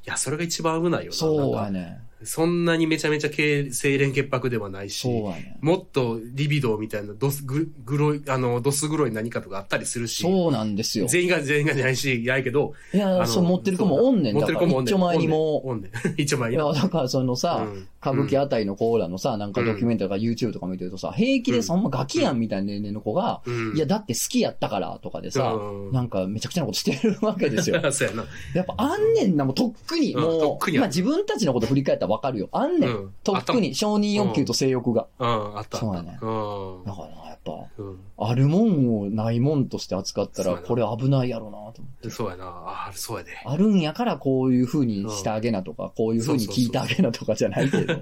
や、それが一番危ないよな。そうなやんかね。そんなにめちゃめちゃ経精錬潔白ではないそうし、やね。もっとリビドーみたいな、ドスググロい、あの、ドス黒い何かとかあったりするし、そうなんですよ。全員が全員がじゃないし、ないけど、いあや、のそう持ってる子もおんねん。持だってかるら子もおん一ねん丁前にもうおんねん。一枚いや、だからそのさ、うん歌舞伎あたりのコーラのさ、なんかドキュメンタリーとか YouTube とか見てるとさ、平気でそんまガキやんみたいな年齢の子が、うん、いや、だって好きやったからとかでさ、うんなんかめちゃくちゃなことしてるわけですよ。 そうやな。やっぱあんねんな、もうとっくに、うんもとっう、くに今ある自分たちのこと振り返ったらわかるよ。あんねうんん。特に承認欲求と性欲が。うん、あった。そうやねうんだ。からなやっぱ、うんあるもんをないもんとして扱ったそうら、やなこれ危ないやろなと思って。でそうやな。ああ、そうやで。あるんやからこういう風にしてあげなとか、こういう風に聞いてあげなとかじゃないけど。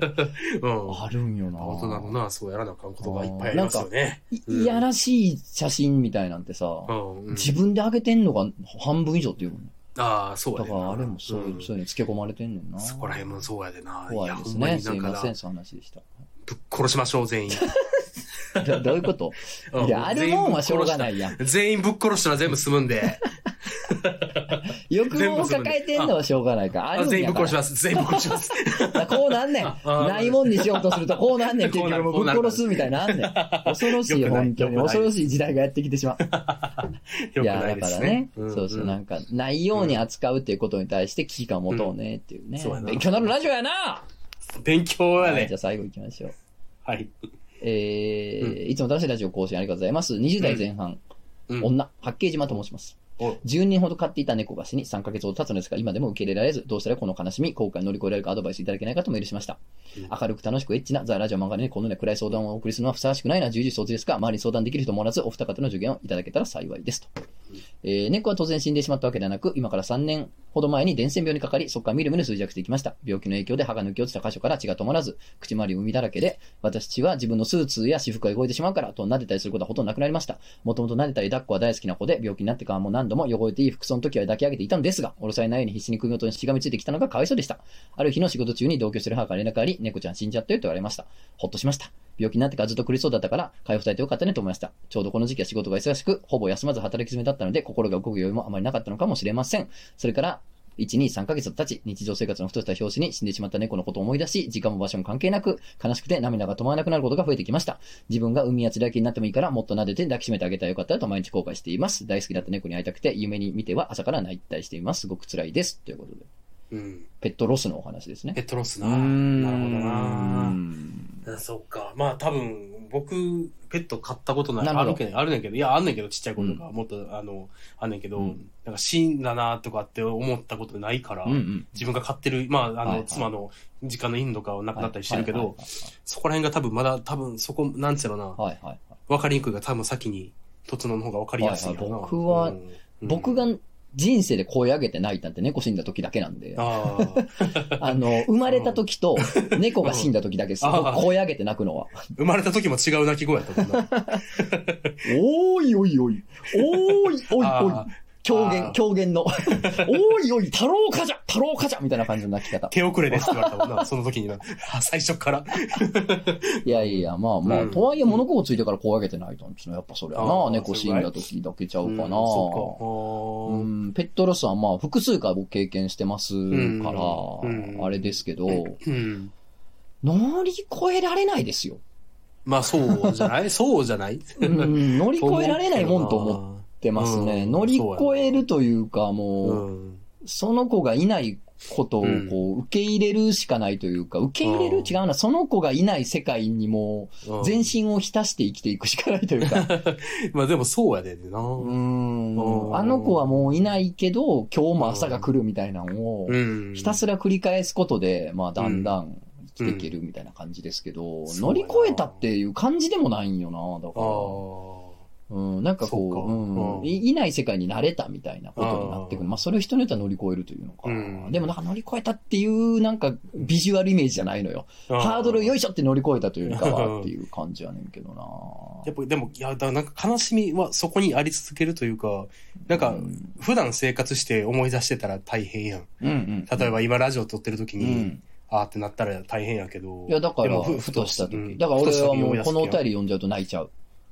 うん。あるんよな大人のな、そうやらなあかんことがいっぱいありますよね。いうんいやらしい写真みたいなんてさ、うんうん。自分であげてんのが半分以上っていうもんね。ああ、そうやだでかな。らあれもそう,、んそういうの付け込まれてんねんな。そこら辺もそうやでな。怖や、いでほすんまね。にすなんいかまなせん、そういう話でした。ぶっ殺しましょう、 全員。。どどういうこといや、あるもんはしょうがないいやん。 全員ぶっ殺したら全部済むんで。欲望を抱えてんのはしょうがない から。ああるん全員ぶやかっ殺しら。ます。全員ぶっ殺 します。こうなんねん。 あないもんにしようとするとこうなんねん。こ結う局なるもうぶっ殺すみたいなのあ んねん。恐ろしい、よくない本当に。よくない恐ろしい時代がやってきてしまう。よいくや、なだいでからすねね。。そうそう、なんか。か、ないように扱うっていうことに対して危機感を持とうねっていうねうんそうや。な勉強になるラジオやな勉強はやいじゃね。あ最後行きましょう。はい。えーういつも楽しいラジオ更新ありがとうございます。20代前半、うん女、八景島と申します。お10人ほど飼っていた猫が死に3ヶ月ほど経つのですが、今でも受け入れられず、どうしたらこの悲しみ、後悔を乗り越えられるかアドバイスいただけないかとメールしました。うん明るく楽しくエッチなザ・ラジオ漫画で、ね、このような暗い相談をお送りするのはふさわしくないな、重々承知ですが、周りに相談できる人もおらず、お二方の助言をいただけたら幸いですと。えー猫は当然死んでしまったわけではなく、今から3年ほど前に伝染病にかかり、そこからみるみる衰弱していきました。病気の影響で歯が抜け落ちた箇所から血が止まらず、口周り海だらけで、私は自分のスーツや私服が汚れてしまうから、と撫でたりすることはほとんどなくなりました。もともと撫でたり抱っこは大好きな子で、病気になってからも何度も汚れていい服装の時は抱き上げていたのですが、おろされないように必死に首元にしがみついてきたのがかわいそうでした。ある日の仕事中に同居する母から連絡があり、猫ちゃん死んじゃったよと言われました。ほっとしました。病気になってからずっと苦しそうだったから、解放されてよかったねと思いました。ちょうどこの時期は仕事が忙しく、ほぼ休まず働き詰めだったので、心が動く余裕もあまりなかったのかもしれません。それから、1、2、3ヶ月経ち、日常生活のふとした拍子に死んでしまった猫のことを思い出し、時間も場所も関係なく、悲しくて涙が止まらなくなることが増えてきました。自分が海やつらきになってもいいから、もっと撫でて抱きしめてあげたらよかったらと毎日後悔しています。大好きだった猫に会いたくて、夢に見ては朝から泣いたりしています。すごく辛いです。ということで、うん。ペットロスのお話ですね。ペットロスな。うーんなるほどな。うんあそっか。まあ多分、僕、ペット飼ったことない。なるほあどるけど、あるねんけど、いや、あんねんけど、ちっちゃい頃とか、もっと、あの、あんねんけど、うんなんか死んだなとかって思ったことないから、うんうん。自分が飼ってる、まあ、あの、はいはい妻の実家の犬とかは亡くなったりしてるけど、はいそこら辺が多分まだ、多分そこ、なんつうのな、はいはいはいはいはい。わかりにくいが多分先に、とつのの方がわかりやすいよな。はいはい僕はうん僕が、人生で声上げて泣いたんて猫死んだ時だけなんで、あああ、の、生まれた時と猫が死んだ時だけです。うん僕声上げて泣くの は。生まれた時も違う鳴き声やったもんな。おーいおいおい、おーい おいおいあー、狂あ言、ー狂言 の、おーいおい、太郎かじゃ太郎かじゃみたいな感じの泣き 方。手遅れですって言われたもんな、その時にな。 最初から。いやいや、まあまあ、うんとはいえ物心ついてから声上げて泣いたんですね。やっぱそれはあな、ー猫死んだ時だけちゃうかな。うんそうか。あーうん、ペットロスはまあ複数回僕経験してますから、んうんあれですけど、うん。乗り越えられないです よ。まあそうじ ゃないそうじゃないうん、乗り越えられないもんと思っ思てますね。うん乗り越えるというか、もう、うん。その子がいないことをこう受け入れるしかないというか、受け入れるうん違うな、その子がいない世界にもう全身を浸して生きていくしかないというか、うん。まあでもそうやでな。う、うんうんあの子はもういないけど、今日も朝が来るみたいなのを、ん。ひたすら繰り返すことで、まあ、だんだん生きていけるみたいな感じですけど、ん乗り越えたっていう感じでもないんよな、だあかあ。ら。うん、なんかこうそうかうんうんい、いない世界に慣れたみたいなことになってくる。あーまあ、それを人によっては乗り越えるというのか。うんでも、なんか乗り越えたっていう、なんか、ビジュアルイメージじゃないのよ。ハードルよい。いしょって乗り越えたというよりかは、っていう感じやねんけどな。やっぱりでも、いや、だからなんか悲しみはそこにあり続けるというか、なんうかん、普段生活して思い出してたら大変やん。うんうん。例えば今ラジオ撮ってる時うに、ん。あーってなったら大変やけど。いや、だかでら、もふとしたう時。んだから俺はふとした時にも、思いう出こすのおけど便り読んじゃうと泣いちゃう。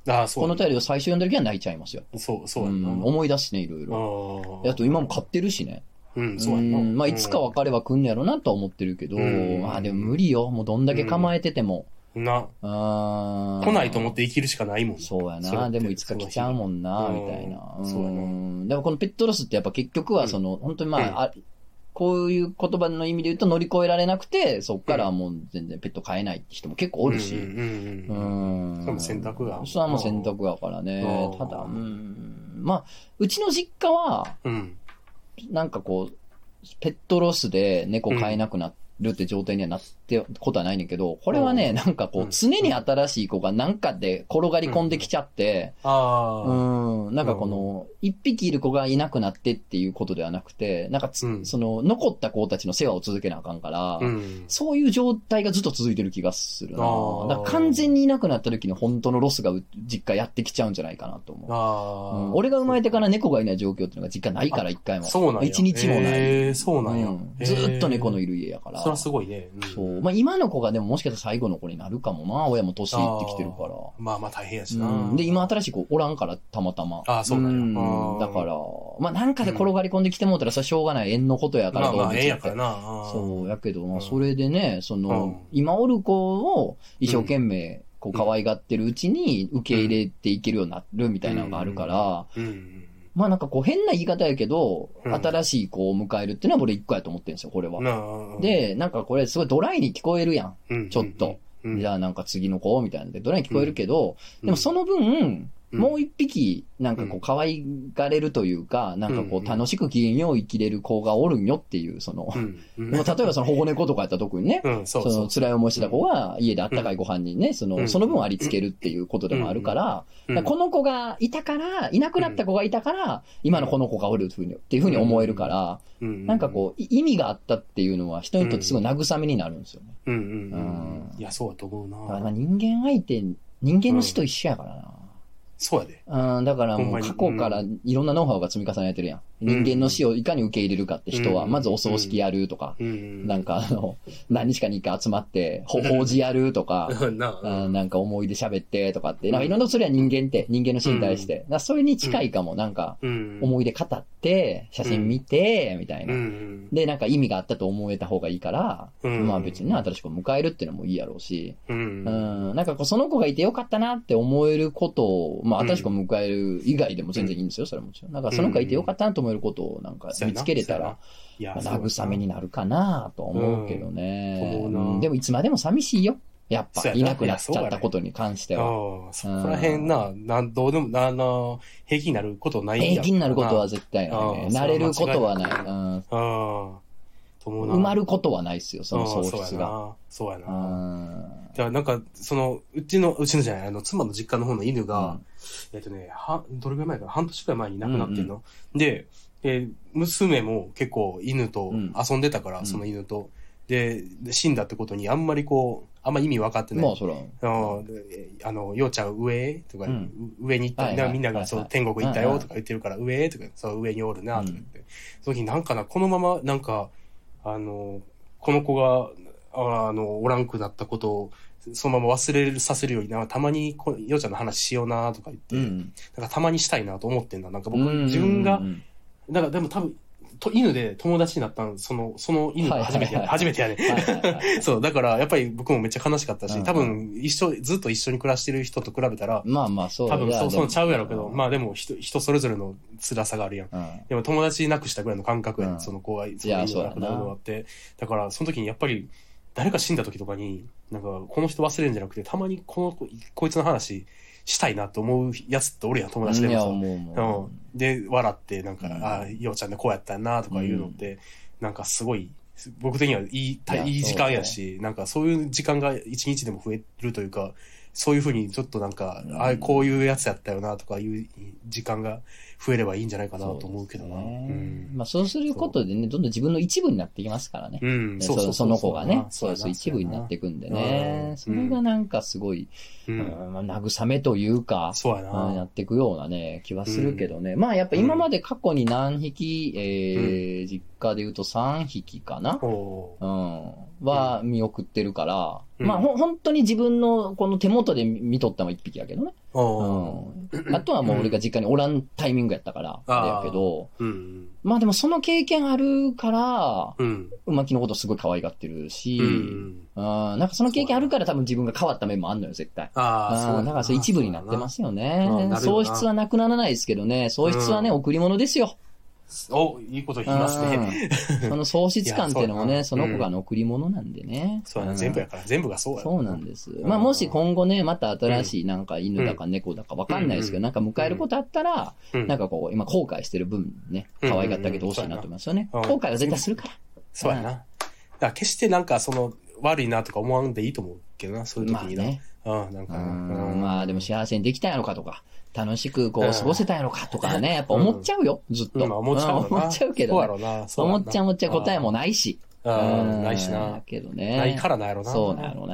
ああ、そう。このお便りを最初読んだ時は泣いちゃいますよ。そう、そううやんな。ん、思い出すね、いろいろ。ああと今も買ってるしね。うん、そうやんな。うんまあいつかは別れは来んやろなとは思ってるけど、うんまあでも無理よ。もうどんだけ構えてても。な、あー来ないと思って生きるしかないもん。そうやそれっな。でてもいつか来ちゃうもんな、そみの日たいな。。うんそうやなんでもこのペットロスってやっぱ結局はその、本当にまうんあ、あこういう言葉の意味で言うと乗り越えられなくて、そっからもう全然ペット飼えないって人も結構おるし。うんうんううんん。それも選択やそれはもう選択やからね。うんただ、うん。まあ、うちの実家は、うん。なんかこう、ペットロスで猫飼えなくなっるって状態にはなってことはないねんだけど、これはね、うんなんかこううん常に新しい子がなんかで転がり込んできちゃって、ああ、うん、なんかこの、一匹いる子がいなくなってっていうことではなくて、なんかつ、うんその、残った子たちの世話を続けなあかんから、うん。そういう状態がずっと続いてる気がするなあー。だから完全にいなくなった時の本当のロスがう実家やってきちゃうんじゃないかなと思う。あうあ。ん俺が生まれてから猫がいない状況っていうのが実家ないから一回も。そうなんや。一日もない。えー、そうなんや。うんずーっと猫の家いる家やから。それはすごいね。うんそう。まあ今の子がでももしかしたら最後の子になるかもな。親も年いってきてるから。まあまあ大変やしな。うんで、今新しい子おらんから、たまたま。あーそうなんやあーだから、まあなんかで転がり込んできてもうたら、それはしょうがない。縁のことやかまらあ動ま物っあ、てええやからな。あーそう、やけど、まうあ、んそれでね、その、う今おる子を一生懸命、こう、可愛がってるうちに受け入れていけるようになるみたいなのがあるから、うんうんまあなんかこう、変な言い方やけど、うん新しい子を迎えるっていうのは俺一個やと思ってるんですよ、これうはん。なあ、で、なんかこれすごいドライに聞こえるやん。うんちょっと。うんじゃあなんか次の子みたいなんで、ドライに聞こえるけど、うんでもその分、うんもう一匹、なんかこう、可愛がれるというか、なんかこうんう、楽しく機嫌よう生きれる子がおるんよっていう、その、うんうんもう 例えばその保護猫とかやったら特にね、うん、そうそそうの。辛い思いした子が家であったかいご飯にね、そうの、んその分ありつけるっていうことでもあるから、うんだからこの子がいたから、いなくなった子がいたから、今のこの子がおるふうにっていうふうに思えるから、なんかこう、い意味があったっていうのは人にとってすごい慰めになるんですよね。うん。うんうんうんうんいや、そうだと思うだからまなあ。人間相手、人間の死と一緒やからな。そうやで。うん、だからほんもうまに過去からいろんなノウハウが積み重ねてるやん。人間の死をいかに受け入れるかって人は、うんまずお葬式やるとか、うん。なんかあの、何日かに一回集まって、ほ法事やると か、 なあうん、なんか思い出喋ってとかって、なんかいろんなことそれは人間って、人間の死に対して。なそれに近いかも、なんか、うん。思い出語って、写真見て、みたいうんうな。ん。で、なんか意味があったと思えた方がいいから、うんまあ別にね、新しく迎えるっていうのもいいやろうし、う。うんん、なんかこう、その子がいてよかったなって思えることを、まあうん新しく迎える以外でも全然いいんですよ、それはもちろん。なんかその子がいてよかったなと思えることをなんか見つけれたら、いや、まあそうやな慰めになるかなとは思うけどね。うん思うなうんでもいつまでも寂しいよ。やっそぱ、うやないなくなっちゃったことに関しては。ああ、そこら辺な、なん、どうでも、な、な、平気になることないやん平気になることは絶対ないねあ。あ慣れることはそれは間違いない。ああ、と思ううんな。埋まることはないですよ、その喪ああ失が。。そうやな。そうやうな。んじゃあなんか、その、うちの、うちのじゃない、あの、妻の実家の方の犬が、うんえっとね、は、どれぐらい前かな、半年くらい前に亡くなってんの。で、えー娘も結構犬とうん遊んでたから、うんその犬と。で、で死んだってことにあんまりこう、あんま意味分かってない。まあ、そら。あの、であの、ようちゃん上とか、うんう上に行った、はいはいなみんなはいはがいそう、天国行ったよとか言ってるから、上とか、そう、上におるな、とか言って。その時なんかな、このまま、なんか、あの、この子が、ああの、おらんくなったことを、そのまま忘れさせるよりな、たまにこ、ようちゃんの話しような、とか言って、うんなんかたまにしたいなと思ってんだ。なんか僕、うん自分うがんう、んなんかでも多分、と犬で友達になったん、その、その犬が初めてや、はいはいはい初めてやね。はいはいはい そう、だから、やっぱり僕もめっちゃ悲しかったうし、ん多分、一緒、ずっと一緒に暮らしてる人と比べたら、まあまあ、そう多分、そう、そうちゃうやろうけど、まああでも人、人それぞれの辛さがあるやん。でも。うんでも、友達なくしたぐらいの感覚やうんん、その子は、そいのや犬が亡くなるのがあって。だから、その時にやっぱり、誰か死んだ時とかに、なんか、この人忘れるんじゃなくて、たまにこの子、こいつの話したいなと思うやつっておるやん、友達でいもや、さ。思ううもん、で笑ってなんか、うんああようちゃんでこうやったなとか言うのって、なんかすごい僕的にはいいたいやいい時間やし、なんかそういう時間が一日でも増えるというかそういうふうにちょっとなんか、うんああこういうやつやったよなとかいう時間が増えればいいんじゃないかう。なと思うけどな。そうですねんまあ、そうすることでね、どんどん自分の一部になってきますからね。うん、そううそうの子がね、そうやでなす、一部になっていくんでうね。んそれがなんかすごい、うんうんまあ慰めというか、そううやんやな。っていくようなね、気はするけどね。まあやっぱ今まで過去に何匹、えー、実家で言うと3匹かな、おうん、は見送ってるから、うんまあほ本当に自分のこの手元で見見とったのは1匹やけどね。ーおうん、あとはもう俺が実家におらんタイミングやったから、あーあれやけど、ーうん。まあでもその経験あるから、うん。馬木のことすごい可愛がってるし、ううん、ん。なんかその経験あるから多分自分が変わった面もあんのよ、絶対。ああ、。ああ、だからそれ一部になってますすよねうん。なるよ喪な失はなくならないですけどね、喪失はね、うん贈り物ですよ。お、いいこと言いますね。うんその喪失感っていうのもいね、やそそうだのな子がの贈り物なんでね。そうやな、ん全部やから、全部がそうやそうなんです。んまあ、もし今後ね、また新しいなんか犬だか猫だかわかんないですけど、うんなんか迎えることあったら、うんなんかこう、今後悔してる分ね、うん可愛がってあげてほしいなと思いますよね。うん後悔は絶対するから。そうやな。から決してなんかその悪いなとか思わんでいいと思うけどな、そういう時にな。うん、なんうかな、ん、うんまあでも幸せにできたんやろかとか、楽しくこう過ごせたんやろかとかね、やっぱ思っちゃうよ、ずっと。今思っちゃうよんな。思っちゃうけそうどやね、ろな。そうや思ろなっちゃう思っちゃう答えもないし。うんうんないしな。けどね。ないからなんやろな。そうなのね。うん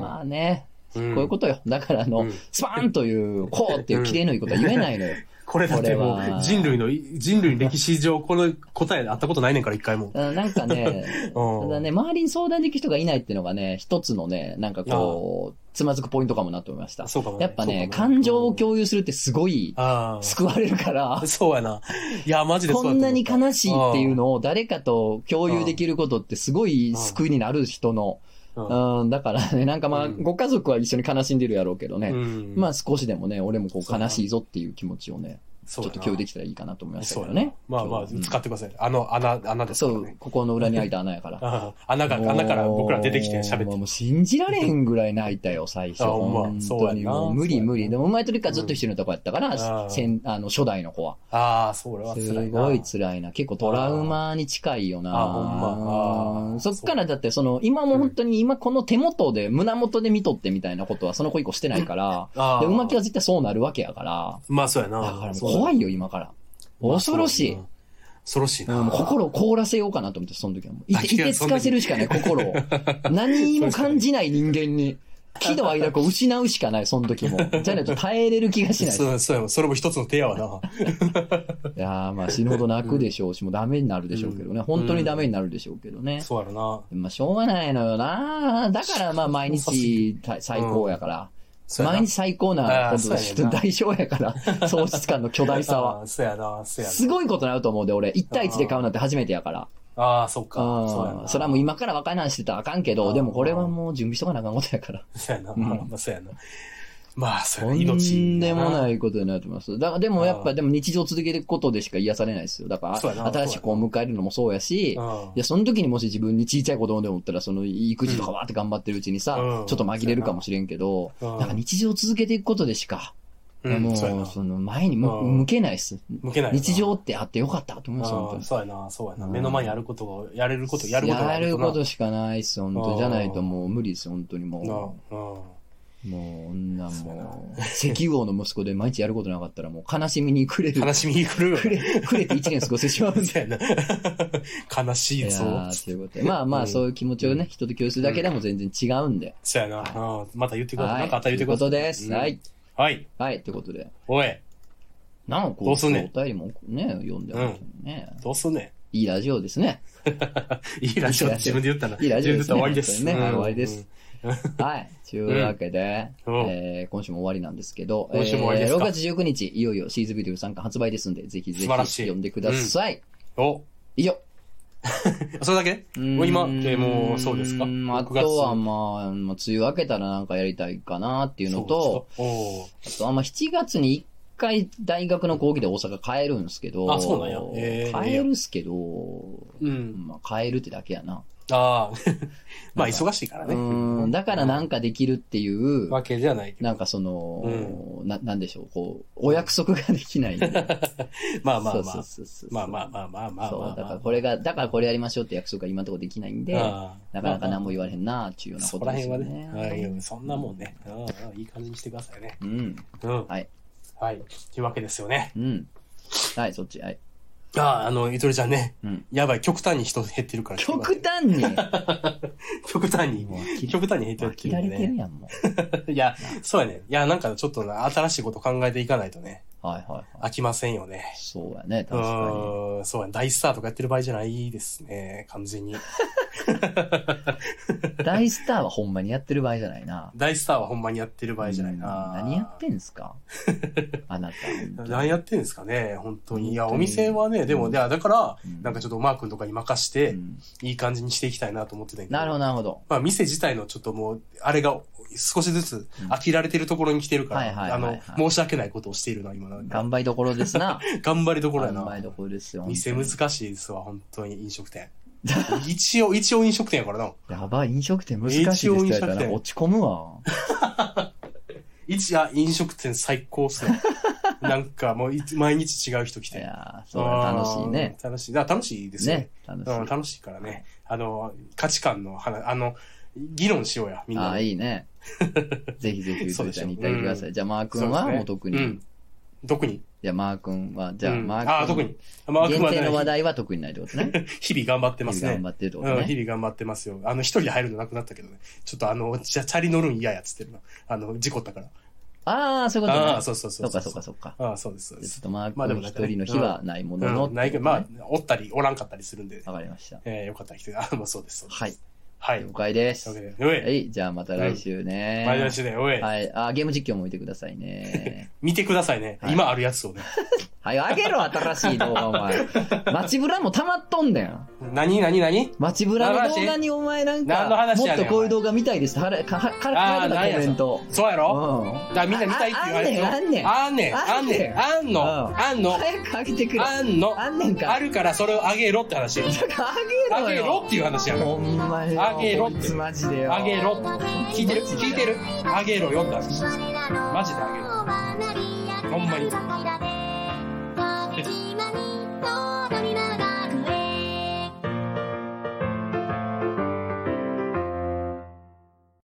まあね。うんこういうことよ。だからあの、うんスパーンという、こうっていう切れのいいことは言えない のよ。これだってもこれはう人類の、人類歴史上この答えあったことないねんから一回も。あなんかね、うんただね、周りに相談できる人がいないっていうのがね、一つのね、なんかこう、つまずくポイントかもなと思いました。そうかもねやっぱね、そうかもね感情を共有するってすごいああ。救われるから、そうやな。いや、マジでそうこやんなにし悲しいっていうのを誰かと共有できることってすごい救いになる人の、うん、だからね、なんかまあ、うんご家族は一緒に悲しんでるやろうけどね、うん。まあ少しでもね、俺もこそううやな悲しいぞっていう気持ちをね、ちょそうっやな、と共有できたらいいかなと思いましたそうけやどねね。。まあまあ、使ってください。あの穴、穴ですそからうね、。ここの裏に開いた穴やから。ああ穴が、穴から僕ら出てきて喋もっうもて。う信じられへんぐらい泣いたよ、最初。あほんま本そう当やんになもう無そう理やんな無理。でも前とりからずっと一緒のとこやったかうんあら、ーせんあの初代の子は。ああ、それは辛すいな。ごい辛いな。結構トラウマに近いよな。あーほんまあーうんそっからだって、その、今も本当に今この手元で、胸元で見とってみたいなことはその子以降してないから、ああで、馬木は絶対そうなるわけやから、まあそうやな。だからもう怖いよ、今から。恐ろしい。まあそうやな恐ろしいな。うんもう心を凍らせようかなと思って、その時はもう。いて、いてつかせるしかない、心を。何も感じない人間 に、喜怒哀楽を失うしかない、その時も。じゃないと耐えれる気がしない。いそうそうやわそれも一つの手やわな。やーまあ死ぬほど泣くでしょうし、もうダメになるでしょうけどね。本当にダメになるでしょうけどね。そうやろな。まあしょうがないのよなだからまあ毎日た最高やから。そうやな毎日最高なことあだーしそうやな代償やから、喪失感の巨大さあは あ。そうやな、そうやな。すごいことになると思うで、俺。1対1で買うなんて初めてやから。ああ、そっか。そうやうんな。それはもう今から若いなんしてたらあかんけあど、ーでもこれはもう準備しとかなあかんことやから。そうやな。んまあまあ、そうやな。 まあ、そとうやな。命。んでもい。ないことになってます。だからでもやっあぱーでも日常続けていくことでしか癒されないですよ。だかそうやなら新しい子を迎えるのもそうやし、うんいや、その時にもし自分に小さい子供でもおったら、その育児とかわーって頑張ってるうちにさ、うんちょっと紛れるかもしれんけど、うんなんか日常続けていくことでしか、うんもそうやなう、その前に向うん向けないっす。向けないな。日常ってあってよかったと思います、本当ああに。そうやな、そうやな。うん目の前にやることを、やれること、やることがあやるなことしかないっす、本う当んじゃないともう無理です、本当にもう。なあうんもう、女そうやなもう、石油王の息子で毎日やることなかったら、もう悲しみにくれる。悲しみに来るよくれ、くれて一年過ごしてしまうんな。で。 そうやな。悲しいやいぞ。ーということで。まあまうあ、んそういう気持ちをね、人と共有するだけでも全然違うんで。そうやな。うんまた言ってください。はなんい。かあったとらい言ってうくだこさとい。です。うんはい。。はい。はい、ということで。おい、なお、こう、どうすんねんお便りもね、読んでますね。どうすんねん。いいラジオですね。いいラジオって自分で言ったな。いいラジオで自す分ねで言ったら終わりです。本当にねはいうん終わりです。 はい。というわけで、うんえー今週も終わりなんですけど、今週も終わりですかえー6月19日、いよいよシーズンビデオ参加発売ですんで、ぜひぜ素ひ晴らしい読んでください。お、以上。それだけもう今ってもうそうですかーんあ6月とはまあ、もう梅雨明けたらなんかやりたいかなっていうのそと、うですかおーあとはまあ7月に一回大学の講義で大阪帰るんですけど、あそうなんやへー帰るっすけど、うん。まあ帰るってだけやな。ああ。まあ、忙しいからうね。ーん、だからなんかできるっていう、わけじゃないけど。なんかその、な、なんでしょう、こう、お約束ができない。 まあまあまそあう。そうそうそうまあまあまあまあまあそう、だまからあこれが、だからこれやりましょうって約束が今のところできないんで、ああなかなか何も言われへんな、っていうようなそこことらです辺はよねね。。はいそんなもんね。うんうんいい感じにしてくださいね。うん。うん。はい。はい。というわけですよね。うん。はい、そっち。はい。ああ、あの、ゆとりちゃんねうん。やばい、極端に人減ってるから。極端に。極端にもう飽き。極端に減ってる飽ってきいうらねれてるやん、もう。 いや、そうやね。いや、なんかちょっとな新しいこと考えていかないとね、はいはいはい。飽きませんよね。そうやね、う確かーん、そうやね。大スターとかやってる場合じゃないですね、完全に。に。大スターはほんまにやってる場合じゃないな。大スターはほんまにやってる場合じゃないな。うん何やってんす かあなた。本当何やってんですかね、本当に。いや、本お当に店はね、でも、いやだからう、んなんかちょっとマー君とかに任しにてう、んいい感じにしていきたいなと思ってたんやけなるほど、なるほど。まあ、店自体のちょっともう、あれが少しずつ飽きられてるところに来てるかはいはいら、あはいはのい、申し訳ないことをしているな、今なんか頑張りどころですな。頑張りどころやな。頑張りどころですよ。店難しいですわ、本当に飲 食店。一応、一応飲食店やからな。やばい、飲食店難しいですって言われた一応飲食ら店落ち込むわ。 一、あ、飲食店最高っすよ。なんかもういつ、毎日違う人来て。いやーそうだ楽しいね。うん。楽しい。だ楽しいですよねね。。楽しうん、い。楽しいからね。あの、価値観の話、あの、議論しようや、みんあなあ、で。いい ね。ぜひぜひ、ゆとりちゃんに言ってあげてください。じゃあ、マーそう君ですねはもう特うに。ん。特に。じゃあ、マー君は、じゃあ、うんマー君。あー特に。マー君限定のは話ね、題は特にないってことね。日々頑張ってますね。頑張ってるってことうん、日ね。々頑張ってますよ。あの、一人で入るのなくなったけどね。ちょっとあの、じゃ、チャリ乗るん嫌やっつってるな。あの、事故ったから。ああ、そういうことね。ああ、そうそうそうそうかそうかそうか。ああ、そうです、そうでじゃあちょすっ。とマーまあでも君なんかね一人の日はないものの。うん、ないけど、まあ、おったり、おらんかったりするんで、ねあ。、わかりました。えー、よかったら来て、あ、まあそうです、そうです。はい。はい。了解でとす。いうわけで、おい、はい、じゃあまた来週ね。前出しで、おい、はい、あ、ゲーム実況も見てくださいね。見てくださいね、はい今あるやつをね。はい、あげろ、新しい動画、お前。街ブラも溜まっとんだよ。何、何、何街ブラの動画にお前なん何のか、話もやっねんとこういう動画見たいです。はら、か、は、から、ーのコメント。そうやうろ、ん。だからみんな見たいって言われてるああんねんあんねん、ああんんねねんん、あんうの、んあんの、早くあげてくれ。あんの、あんねんかあるからそれをあげろって話。だからああげげろろよ。っていう話やから。ほんまよ。あげろこいつマジでよ。あげろ聞いてる聞いてるあげろよって話マジであげろほんまに「今にと